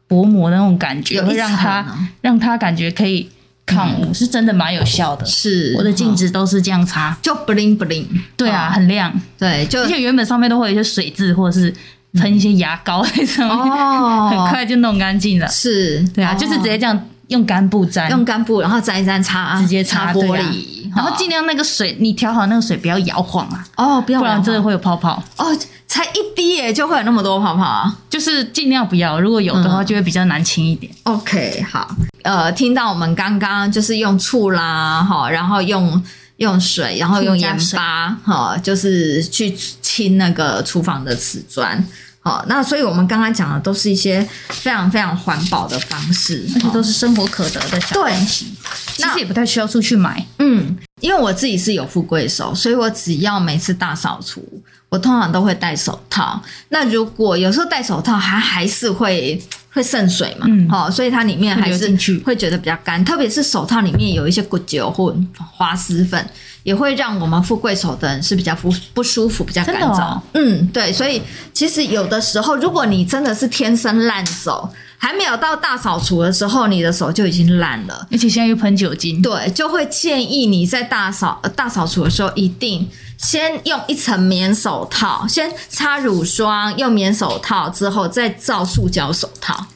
[SPEAKER 3] 薄膜的那种感觉，
[SPEAKER 2] 有一
[SPEAKER 3] 会让它、
[SPEAKER 2] 层哦
[SPEAKER 3] 让它感觉可以抗污，是真的蛮有效的。
[SPEAKER 2] 是
[SPEAKER 3] 我的镜
[SPEAKER 2] 嗯
[SPEAKER 3] 子都是这样擦，
[SPEAKER 2] 就 bling bling，
[SPEAKER 3] 对啊，
[SPEAKER 2] 哦
[SPEAKER 3] 很亮，
[SPEAKER 2] 对，就
[SPEAKER 3] 而且原本上面都会有一些水渍或者是喷一些牙膏在上面，
[SPEAKER 2] 哦，
[SPEAKER 3] 很快就弄干净了。
[SPEAKER 2] 是，
[SPEAKER 3] 对啊，
[SPEAKER 2] 哦
[SPEAKER 3] 就是直接这样用干布沾，
[SPEAKER 2] 用干布，然后沾一沾擦，
[SPEAKER 3] 直接
[SPEAKER 2] 擦
[SPEAKER 3] 擦
[SPEAKER 2] 玻
[SPEAKER 3] 对啊
[SPEAKER 2] 璃，
[SPEAKER 3] 然后
[SPEAKER 2] 哦
[SPEAKER 3] 尽量那个水，你调好那个水不要摇晃啊，
[SPEAKER 2] 哦，不要
[SPEAKER 3] 不然
[SPEAKER 2] 玩
[SPEAKER 3] 真的会有泡泡。
[SPEAKER 2] 哦，才一滴耶，就会有那么多泡泡啊。
[SPEAKER 3] 就是尽量不要，如果有的话就会比较难清一点。
[SPEAKER 2] OK，好，呃，听到我们刚刚就是用醋啦，哈，然后用用水，然后用
[SPEAKER 3] 醋加
[SPEAKER 2] 盐巴，哈，就是去清那个厨房的瓷砖。好，那所以我们刚刚讲的都是一些非常非常环保的方式，哈
[SPEAKER 3] 是生活可得的小
[SPEAKER 2] 对
[SPEAKER 3] 西，其
[SPEAKER 2] 那
[SPEAKER 3] 实也不太需要出去买。
[SPEAKER 2] 嗯，因为我自己是有富贵手，所以我只要每次大扫除，我通常都会戴手套。那如果有时候戴手套还还是会会渗水嘛，
[SPEAKER 3] 嗯
[SPEAKER 2] 哦，所以它里面
[SPEAKER 3] 会
[SPEAKER 2] 还
[SPEAKER 3] 流
[SPEAKER 2] 是
[SPEAKER 3] 进去
[SPEAKER 2] 会觉得比较干，特别是手套里面有一些骨酒或滑石粉，也会让我们富贵手的人是比较不不舒服，比较干
[SPEAKER 3] 真的哦
[SPEAKER 2] 燥。嗯，对，所以其实有的时候，如果你真的是天生烂手，还没有到大扫除的时候，你的手就已经烂了。
[SPEAKER 3] 而且现在又喷酒精，
[SPEAKER 2] 对，就会建议你在大扫呃大扫除的时候，一定先用一层棉手套，先擦乳霜，用棉手套之后再罩塑胶手套，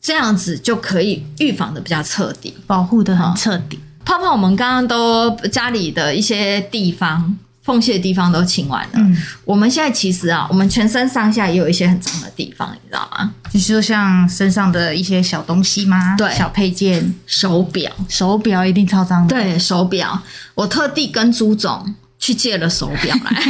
[SPEAKER 2] 这样子就可以预防的比较彻底。
[SPEAKER 3] 保护的很彻底。
[SPEAKER 2] 泡泡，我们刚刚都家里的一些地方缝隙的地方都清完了，
[SPEAKER 3] 嗯，
[SPEAKER 2] 我们现在其实啊，我们全身上下也有一些很脏的地方，你知道吗？
[SPEAKER 3] 就是说像身上的一些小东西吗？
[SPEAKER 2] 对
[SPEAKER 3] 小配件、
[SPEAKER 2] 手表。
[SPEAKER 3] 手表一定超脏的，
[SPEAKER 2] 对手表，我特地跟朱总去借了手表来，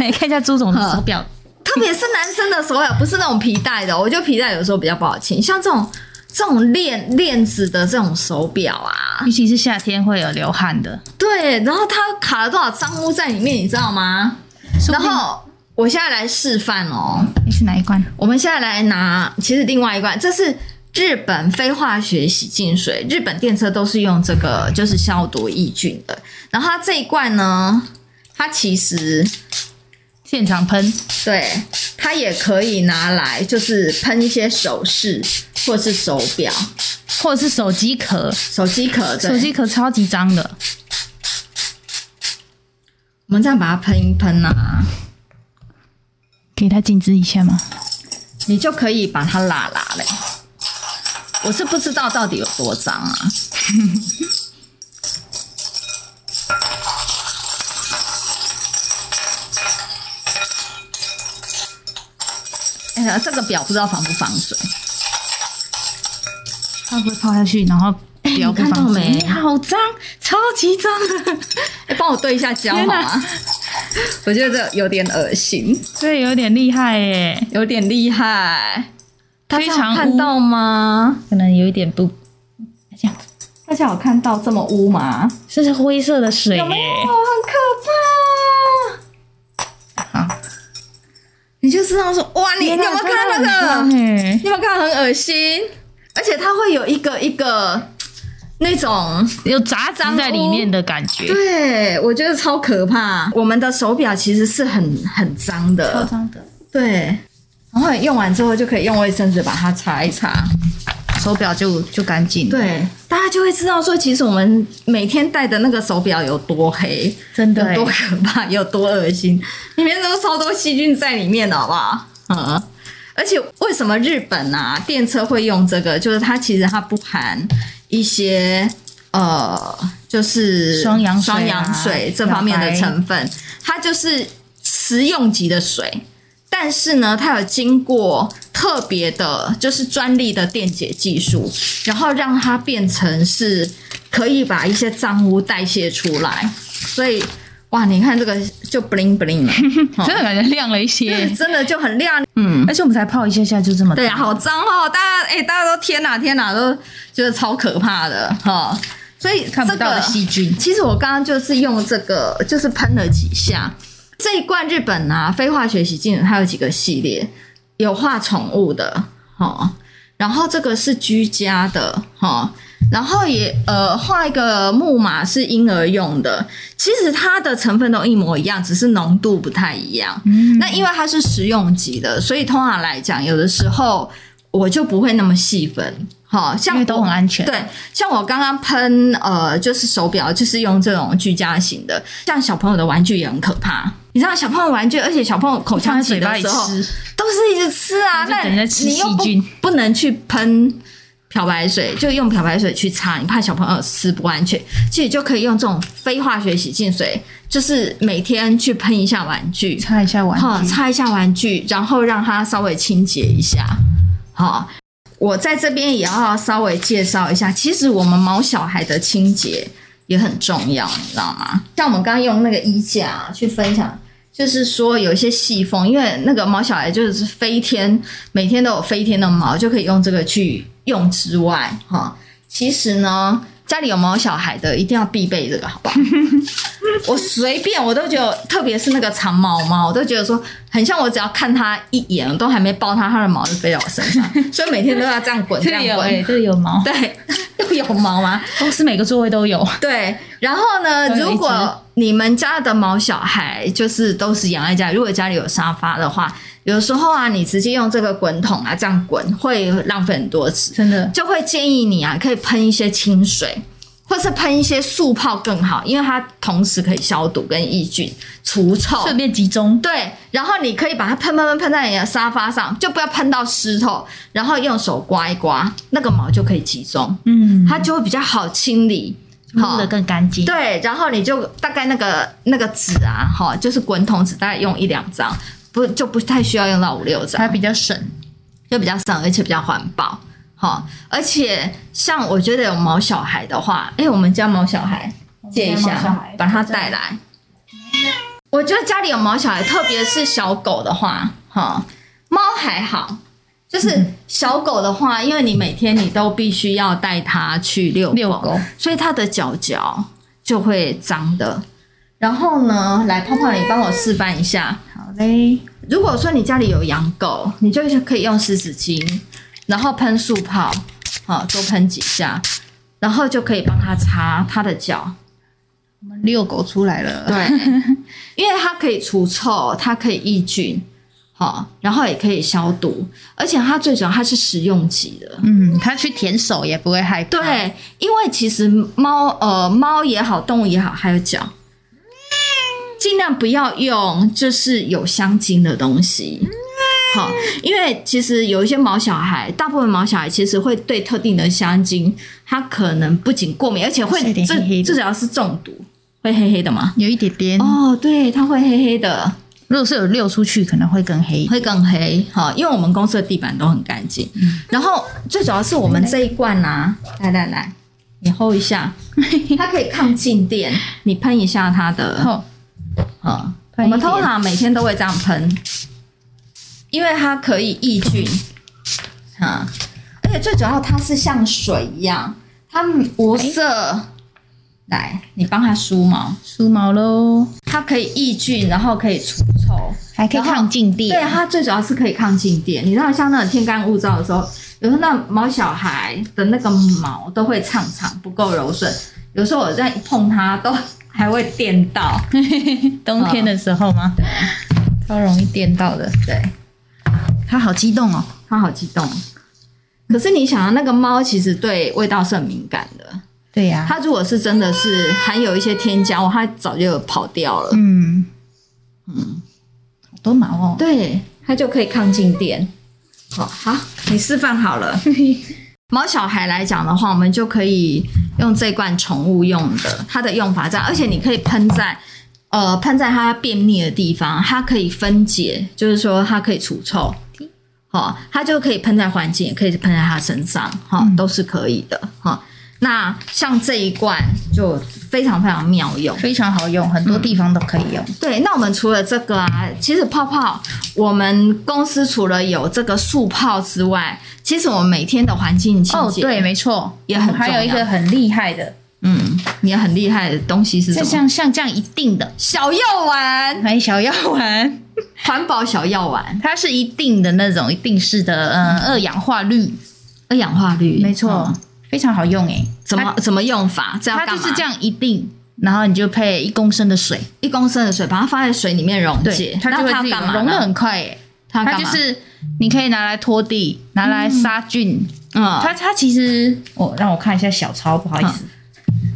[SPEAKER 3] 来看一下朱总的手表，
[SPEAKER 2] 特别是男生的手表，不是那种皮带的哦，我觉得皮带有时候比较不好清，像这种这种链链子的这种手表啊，
[SPEAKER 3] 尤其是夏天会有流汗的，
[SPEAKER 2] 对，然后它卡了多少脏污在里面，你知道吗？
[SPEAKER 3] 说
[SPEAKER 2] 然
[SPEAKER 3] 不定
[SPEAKER 2] 后我现在来示范哦，
[SPEAKER 3] 诶是哪一罐？
[SPEAKER 2] 我们现在来拿，其实另外一罐，这是日本非化学洗净水，日本电车都是用这个，就是消毒抑菌的。然后它这一罐呢，它其实
[SPEAKER 3] 现场喷，
[SPEAKER 2] 对它也可以拿来，就是喷一些首饰或是手表、
[SPEAKER 3] 或者是手机壳，
[SPEAKER 2] 手机壳。对
[SPEAKER 3] 手机，壳超级脏的，
[SPEAKER 2] 我们这样把它喷一喷啊。
[SPEAKER 3] 给它静置一下吗？
[SPEAKER 2] 你就可以把它拉拉嘞。我是不知道到底有多脏啊。 哎呀，这个表不知道防不防水，
[SPEAKER 3] 它会泡下去，然后表
[SPEAKER 2] 你
[SPEAKER 3] 不
[SPEAKER 2] 看到
[SPEAKER 3] 防
[SPEAKER 2] 没
[SPEAKER 3] 水。哎好脏，超级脏的，
[SPEAKER 2] 哎，帮我对一下焦好
[SPEAKER 3] 天哪
[SPEAKER 2] 吗？我觉得这有点恶心，
[SPEAKER 3] 这有点厉害耶，
[SPEAKER 2] 有点厉害。大家
[SPEAKER 3] 非
[SPEAKER 2] 有
[SPEAKER 3] 常
[SPEAKER 2] 看
[SPEAKER 3] 污
[SPEAKER 2] 到吗？
[SPEAKER 3] 可能有一点不这样子，
[SPEAKER 2] 大家有看到这么污吗？哎
[SPEAKER 3] 这是灰色的水耶
[SPEAKER 2] 有没有？很可怕。
[SPEAKER 3] 好，
[SPEAKER 2] 你就知道说，哇，你你有没有看到那个？
[SPEAKER 3] 个？
[SPEAKER 2] 你有没有看到很恶心？而且它会有一个一个那种
[SPEAKER 3] 有杂质在里面的感觉，
[SPEAKER 2] 对，我觉得超可怕。我们的手表其实是很很脏的，
[SPEAKER 3] 脏的。
[SPEAKER 2] 对。然后用完之后就可以用卫生纸把它擦一擦，
[SPEAKER 3] 手表就就干净，，
[SPEAKER 2] 对，大家就会知道说，其实我们每天戴的那个手表有多黑，
[SPEAKER 3] 真的哦
[SPEAKER 2] 有
[SPEAKER 3] 耶
[SPEAKER 2] 多可怕，有多恶心，里面都超多细菌在里面的，好不好？嗯。而且为什么日本啊电车会用这个？就是它其实它不含一些呃，就是
[SPEAKER 3] 双氧水啊
[SPEAKER 2] 双氧水这方面的
[SPEAKER 3] 漂白
[SPEAKER 2] 成分，它就是食用级的水。但是呢，它有经过特别的，就是专利的电解技术，然后让它变成是可以把一些脏污代谢出来。所以，哇，你看这个就 bling bling 了，
[SPEAKER 3] 真的感觉亮了一
[SPEAKER 2] 对
[SPEAKER 3] 些。
[SPEAKER 2] 真的就很亮。
[SPEAKER 3] 嗯而且我们才泡一下下就这么
[SPEAKER 2] 对呀、好脏哦！大家哎、大家都天哪天哪，都觉得超可怕的哈。所以、这个、
[SPEAKER 3] 看不到的细菌，
[SPEAKER 2] 其实我刚刚就是用这个，就是喷了几下。这一罐日本啊，非化学洗净它有几个系列，有画宠物的，哦，然后这个是居家的，哦，然后也呃画一个木马是婴儿用的。其实它的成分都一模一样，只是浓度不太一样。
[SPEAKER 3] 嗯
[SPEAKER 2] 那因为它是食用级的，所以通常来讲，有的时候我就不会那么细分。好、像
[SPEAKER 3] 因为都很安全。，
[SPEAKER 2] 对，像我刚刚喷呃，就是手表，就是用这种居家型的，像小朋友的玩具也很可怕。你知道小朋友玩具，而且小朋友口腔
[SPEAKER 3] 放在
[SPEAKER 2] 期
[SPEAKER 3] 嘴巴
[SPEAKER 2] 的
[SPEAKER 3] 里
[SPEAKER 2] 时候
[SPEAKER 3] 吃，
[SPEAKER 2] 都是一直吃啊，
[SPEAKER 3] 就
[SPEAKER 2] 那
[SPEAKER 3] 等着吃
[SPEAKER 2] 你又
[SPEAKER 3] 细
[SPEAKER 2] 不
[SPEAKER 3] 菌
[SPEAKER 2] 不能去喷漂白水，就用漂白水去擦，你怕小朋友吃不安全，其实就可以用这种非化学洗净水，就是每天去喷一下玩具，
[SPEAKER 3] 擦一下玩
[SPEAKER 2] 好，
[SPEAKER 3] 具，
[SPEAKER 2] 擦一下玩具，然后让它稍微清洁一下。好，我在这边也要稍微介绍一下，其实我们毛小孩的清洁也很重要，你知道吗？像我们刚刚用那个衣架啊去分享。就是说有一些细缝，因为那个毛小孩就是飞天，每天都有飞天的毛，就可以用这个去用之外，哈，其实呢，家里有毛小孩的一定要必备这个，好不好？ 我随便我都觉得，特别是那个长毛猫，我都觉得说很像我只要看它一眼，我都还没抱它，它的毛就飞到我身上，所以每天都要这样滚，这
[SPEAKER 3] 这里
[SPEAKER 2] 样
[SPEAKER 3] 有哎，
[SPEAKER 2] 滚。
[SPEAKER 3] 这里有毛，
[SPEAKER 2] 对，又有毛吗？
[SPEAKER 3] 公司哦每个座位都有。
[SPEAKER 2] 对，然后呢，
[SPEAKER 3] 都有一只
[SPEAKER 2] 如果你们家的毛小孩就是都是养在家里，如果家里有沙发的话，有时候啊，你直接用这个滚筒啊这样滚，会浪费很多纸，
[SPEAKER 3] 真的
[SPEAKER 2] 就会建议你啊，可以喷一些清水。或是喷一些速泡更好，因为它同时可以消毒跟抑菌、除臭。
[SPEAKER 3] 顺便集中，
[SPEAKER 2] 对，然后你可以把它喷喷喷喷在你的沙发上，就不要喷到湿透，然后用手刮一刮，那个毛就可以集中，
[SPEAKER 3] 嗯，
[SPEAKER 2] 它就会比较好清理。
[SPEAKER 3] 弄得更干净。
[SPEAKER 2] 对，然后你就大概那个那个纸啊，哈，就是滚筒纸，大概用一两张，不就不太需要用到五六张
[SPEAKER 3] 它，比较省，
[SPEAKER 2] 就比较省，而且比较环保。哈，而且像我觉得有毛小孩的话，哎、我们家毛小孩借一
[SPEAKER 3] 我们家毛小
[SPEAKER 2] 下
[SPEAKER 3] 孩，
[SPEAKER 2] 把它带来。我觉得家里有毛小孩，特别是小狗的话，哈，猫还好，就是
[SPEAKER 3] 嗯
[SPEAKER 2] 小狗的话，因为你每天你都必须要带它去遛
[SPEAKER 3] 遛狗
[SPEAKER 2] 所以它的脚脚就会脏的。然后呢，来胖胖，你帮我示范一下。
[SPEAKER 3] 好嘞，
[SPEAKER 2] 如果说你家里有养狗，你就是可以用湿纸巾，然后喷漱泡，好、多喷几下，然后就可以帮它擦它的脚。
[SPEAKER 3] 我们遛狗出来了，
[SPEAKER 2] 对，因为它可以除臭，它可以抑菌，好、然后也可以消毒，而且它最主要它是食用级的。
[SPEAKER 3] 嗯，它去舔手也不会害怕，，
[SPEAKER 2] 对，因为其实猫呃猫也好，动物也好，还有脚，尽量不要用就是有香精的东西。好，因为其实有一些毛小孩，大部分毛小孩其实会对特定的香精，它可能不仅过敏，而且会
[SPEAKER 3] 是有点
[SPEAKER 2] 这
[SPEAKER 3] 黑黑的
[SPEAKER 2] 这只要是中毒，会黑黑的吗？
[SPEAKER 3] 有一点点。
[SPEAKER 2] 哦，对，它会黑黑的，
[SPEAKER 3] 如果是有溜出去，可能会更黑。
[SPEAKER 2] 会更黑。好，因为我们公司的地板都很干净，
[SPEAKER 3] 嗯
[SPEAKER 2] 然后最主要是我们这一罐啊，来来来，你 hold 一 下，它可以抗静电，你喷一下它的。
[SPEAKER 3] 后
[SPEAKER 2] 嗯，我
[SPEAKER 3] 喷一点
[SPEAKER 2] 们通常每天都会这样喷，因为它可以抑菌，啊、而且最主要它是像水一样，它无
[SPEAKER 3] 哎
[SPEAKER 2] 色。来，你帮它梳毛，
[SPEAKER 3] 梳毛喽，
[SPEAKER 2] 它可以抑菌，然后可以除臭，
[SPEAKER 3] 还可以抗静
[SPEAKER 2] 对，
[SPEAKER 3] 电。
[SPEAKER 2] 它最主要是可以抗静电。你知道，像那种天干物燥的时候，有时候那毛小孩的那个毛都会长长，不够柔顺，有时候我在一碰它都还会电到。
[SPEAKER 3] 冬天的时候吗？ 超容易电到的。
[SPEAKER 2] 对，
[SPEAKER 3] 它好激动哦。
[SPEAKER 2] 它好激动。可是你想啊，那个猫其实对味道是很敏感的，
[SPEAKER 3] 对呀、
[SPEAKER 2] 它如果是真的是含有一些添加物，它早就跑掉了。
[SPEAKER 3] 嗯嗯，好多毛哦。
[SPEAKER 2] 对，它就可以抗静电。好、好，你示范好了。猫小孩来讲的话，我们就可以用这罐宠物用的，它的用法在，而且你可以喷在，呃，喷在它便秘的地方，它可以分解，就是说它可以除臭，好、它就可以喷在环境，也可以喷在它身上，哈、都是可以的，哈、那像这一罐就非常非常妙用，
[SPEAKER 3] 非常好用，很多地方都可以用。
[SPEAKER 2] 对，那我们除了这个啊，其实泡泡，我们公司除了有这个速泡之外，其实我们每天的环境清
[SPEAKER 3] 哦，
[SPEAKER 2] 洁，
[SPEAKER 3] 对，，没错，
[SPEAKER 2] 也很重要
[SPEAKER 3] 还有一个很厉害的，
[SPEAKER 2] 嗯，也很厉害的东西是什
[SPEAKER 3] 这
[SPEAKER 2] 么？
[SPEAKER 3] 像像这样一定的，
[SPEAKER 2] 小药丸，
[SPEAKER 3] 还有小药丸，
[SPEAKER 2] 环保小药丸，
[SPEAKER 3] 它是一定的那种一定式的，嗯，二氧化氯，
[SPEAKER 2] 二氧化氯，
[SPEAKER 3] 没错，
[SPEAKER 2] 嗯
[SPEAKER 3] 非常好用诶。
[SPEAKER 2] 怎么怎么用法？这要
[SPEAKER 3] 它？
[SPEAKER 2] 干嘛？
[SPEAKER 3] 它就是这样一定，然后你就配一公升的水，
[SPEAKER 2] 一公升的水，把它放在水里面溶
[SPEAKER 3] 对
[SPEAKER 2] 解，，
[SPEAKER 3] 它就
[SPEAKER 2] 那
[SPEAKER 3] 会
[SPEAKER 2] 它
[SPEAKER 3] 自
[SPEAKER 2] 要
[SPEAKER 3] 己
[SPEAKER 2] 干嘛
[SPEAKER 3] 溶的
[SPEAKER 2] 呢？
[SPEAKER 3] 很快诶。
[SPEAKER 2] 它
[SPEAKER 3] 它
[SPEAKER 2] 干
[SPEAKER 3] 就
[SPEAKER 2] 嘛？
[SPEAKER 3] 是你可以拿来拖地，拿来杀菌。
[SPEAKER 2] 嗯，
[SPEAKER 3] 它它其实，我让我看一下小抄，不好意思，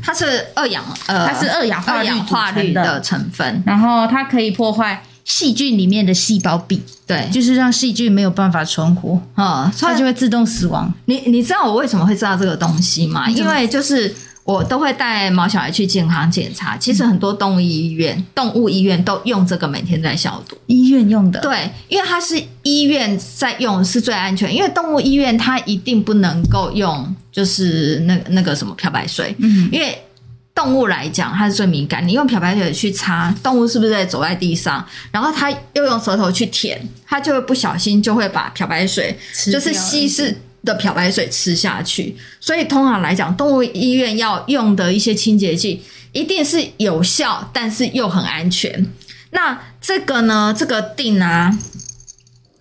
[SPEAKER 2] 它是二氧呃，
[SPEAKER 3] 它是二氧化
[SPEAKER 2] 二
[SPEAKER 3] 氯
[SPEAKER 2] 氧化
[SPEAKER 3] 组
[SPEAKER 2] 氯的
[SPEAKER 3] 成的，
[SPEAKER 2] 成分，
[SPEAKER 3] 然后它可以破坏细菌里面的细胞壁，
[SPEAKER 2] 对，
[SPEAKER 3] 就是让细菌没有办法存活，
[SPEAKER 2] 嗯，所
[SPEAKER 3] 它
[SPEAKER 2] 以
[SPEAKER 3] 就会自动死亡。
[SPEAKER 2] 你你知道我为什么会知道这个东西吗？因为就是我都会带毛小孩去健康检查，其实很多动物医院、动物医院都用这个每天在消毒。
[SPEAKER 3] 医院用的，
[SPEAKER 2] 对，因为它是医院在用是最安全，因为动物医院它一定不能够用就是那那个什么漂白水，
[SPEAKER 3] 嗯，
[SPEAKER 2] 因为动物来讲它是最敏感，你用漂白水去擦动物是不是在走在地上，然后它又用舌头去舔，它就会不小心就会把漂白水
[SPEAKER 3] 吃
[SPEAKER 2] 就是
[SPEAKER 3] 掉
[SPEAKER 2] 稀释的漂白水吃下去。所以通常来讲，动物医院要用的一些清洁剂，一定是有效，但是又很安全。那这个呢？这个定啊，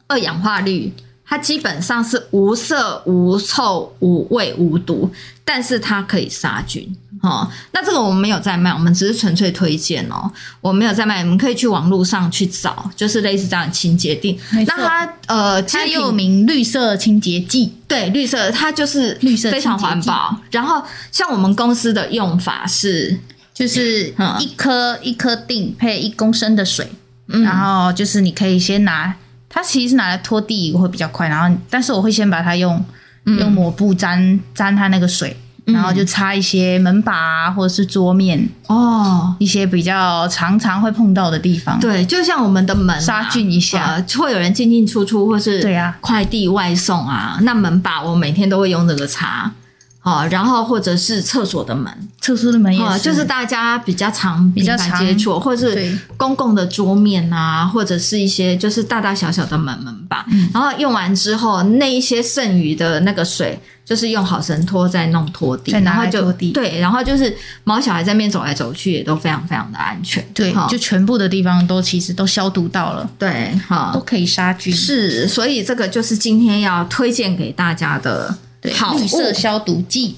[SPEAKER 2] 二氧化氯，它基本上是无色、无臭、无味、无毒，但是它可以杀菌。哦，那这个我们没有在卖，我们只是纯粹推荐哦，我没有在卖，你们可以去网络上去找，就是类似这样的清洁定
[SPEAKER 3] 没。错
[SPEAKER 2] 那它呃，其
[SPEAKER 3] 它
[SPEAKER 2] 实
[SPEAKER 3] 又名绿色清洁剂，
[SPEAKER 2] 对，绿色的它就是
[SPEAKER 3] 绿色
[SPEAKER 2] 非常
[SPEAKER 3] 清洁
[SPEAKER 2] 环
[SPEAKER 3] 剂
[SPEAKER 2] 保。然后像我们公司的用法是，
[SPEAKER 3] 就是
[SPEAKER 2] 嗯
[SPEAKER 3] 一颗一颗锭配一公升的水，
[SPEAKER 2] 嗯
[SPEAKER 3] 然后就是你可以先拿，它其实是拿来拖地会比较快，然后但是我会先把它用用抹布沾沾它那个水，然后就擦一些门把啊，或者是桌面
[SPEAKER 2] 哦，
[SPEAKER 3] 一些比较常常会碰到的地方。
[SPEAKER 2] 对，就像我们的门啊
[SPEAKER 3] 杀菌一下
[SPEAKER 2] 呃会有人进进出出，或是
[SPEAKER 3] 对啊
[SPEAKER 2] 快递外送啊，那门把我每天都会用这个擦。哦，然后或者是厕所的门，
[SPEAKER 3] 厕所的门也
[SPEAKER 2] 哦，就是大家比较常
[SPEAKER 3] 比较
[SPEAKER 2] 频繁
[SPEAKER 3] 常
[SPEAKER 2] 接触，或是
[SPEAKER 3] 对
[SPEAKER 2] 公共的桌面啊，或者是一些就是大大小小的门门把，
[SPEAKER 3] 嗯
[SPEAKER 2] 然后用完之后，那一些剩余的那个水，就是用好神拖再弄拖地，
[SPEAKER 3] 再拿
[SPEAKER 2] 然
[SPEAKER 3] 来
[SPEAKER 2] 后就
[SPEAKER 3] 拖地
[SPEAKER 2] 对，然后就是毛小孩在那边走来走去也都非常非常的安全，
[SPEAKER 3] 对，
[SPEAKER 2] 哈
[SPEAKER 3] 就全部的地方都其实都消毒到了，
[SPEAKER 2] 对，
[SPEAKER 3] 都
[SPEAKER 2] 哈，
[SPEAKER 3] 可以杀菌。
[SPEAKER 2] 是，所以这个就是今天要推荐给大家的
[SPEAKER 3] 对，
[SPEAKER 2] 好
[SPEAKER 3] 绿
[SPEAKER 2] 物
[SPEAKER 3] 色消毒剂。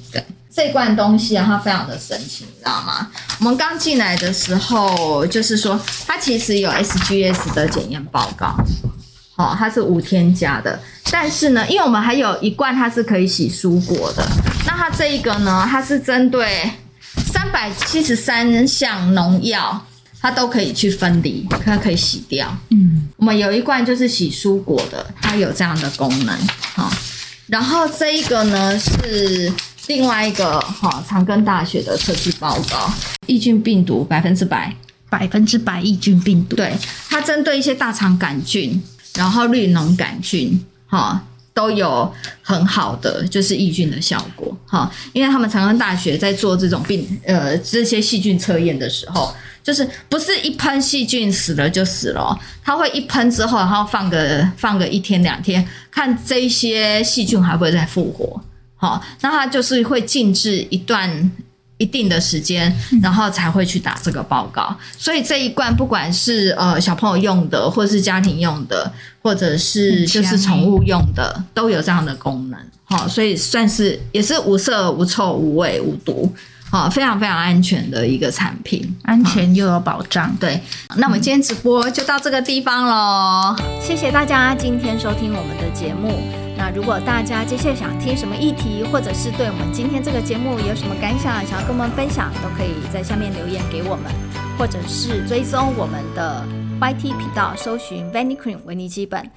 [SPEAKER 2] 这罐东西啊，它非常的神奇，你知道吗？我们刚进来的时候，就是说它其实有 SGS 的检验报告，哦，它是无添加的。但是呢，因为我们还有一罐它是可以洗蔬果的，那它这一个呢，它是针对三百七十三项农药，它都可以去分离，它可以洗掉。
[SPEAKER 3] 嗯，
[SPEAKER 2] 我们有一罐就是洗蔬果的，它有这样的功能。好、然后这一个呢是另外一个哈、长庚大学的测试报告，抑菌病毒百分之百，
[SPEAKER 3] 百分之百抑菌病毒。
[SPEAKER 2] 对它针对一些大肠杆菌，然后绿脓杆菌，哈、都有很好的就是抑菌的效果哈、因为他们长庚大学在做这种病呃这些细菌测验的时候，就是不是一喷细菌死了就死了哦，它会一喷之后，然后放个放个一天两天，看这些细菌还会再复活。好、那它就是会静置一段一定的时间，然后才会去打这个报告。所以这一罐不管是呃小朋友用的，或是家庭用的，或者是
[SPEAKER 3] 很
[SPEAKER 2] 就
[SPEAKER 3] 强
[SPEAKER 2] 是宠物用的，都有这样的功能。好、所以算是也是无色、无臭、无味、无毒，好、非常非常安全的一个产品。
[SPEAKER 3] 安全又有保障。
[SPEAKER 2] 对，那我们今天直播就到这个地方喽。
[SPEAKER 1] 谢谢大家今天收听我们的节目。那如果大家接下来想听什么议题，或者是对我们今天这个节目有什么感想，想要跟我们分享，都可以在下面留言给我们，或者是追踪我们的 YT 频道，搜寻 Vanny Cream 维尼基本，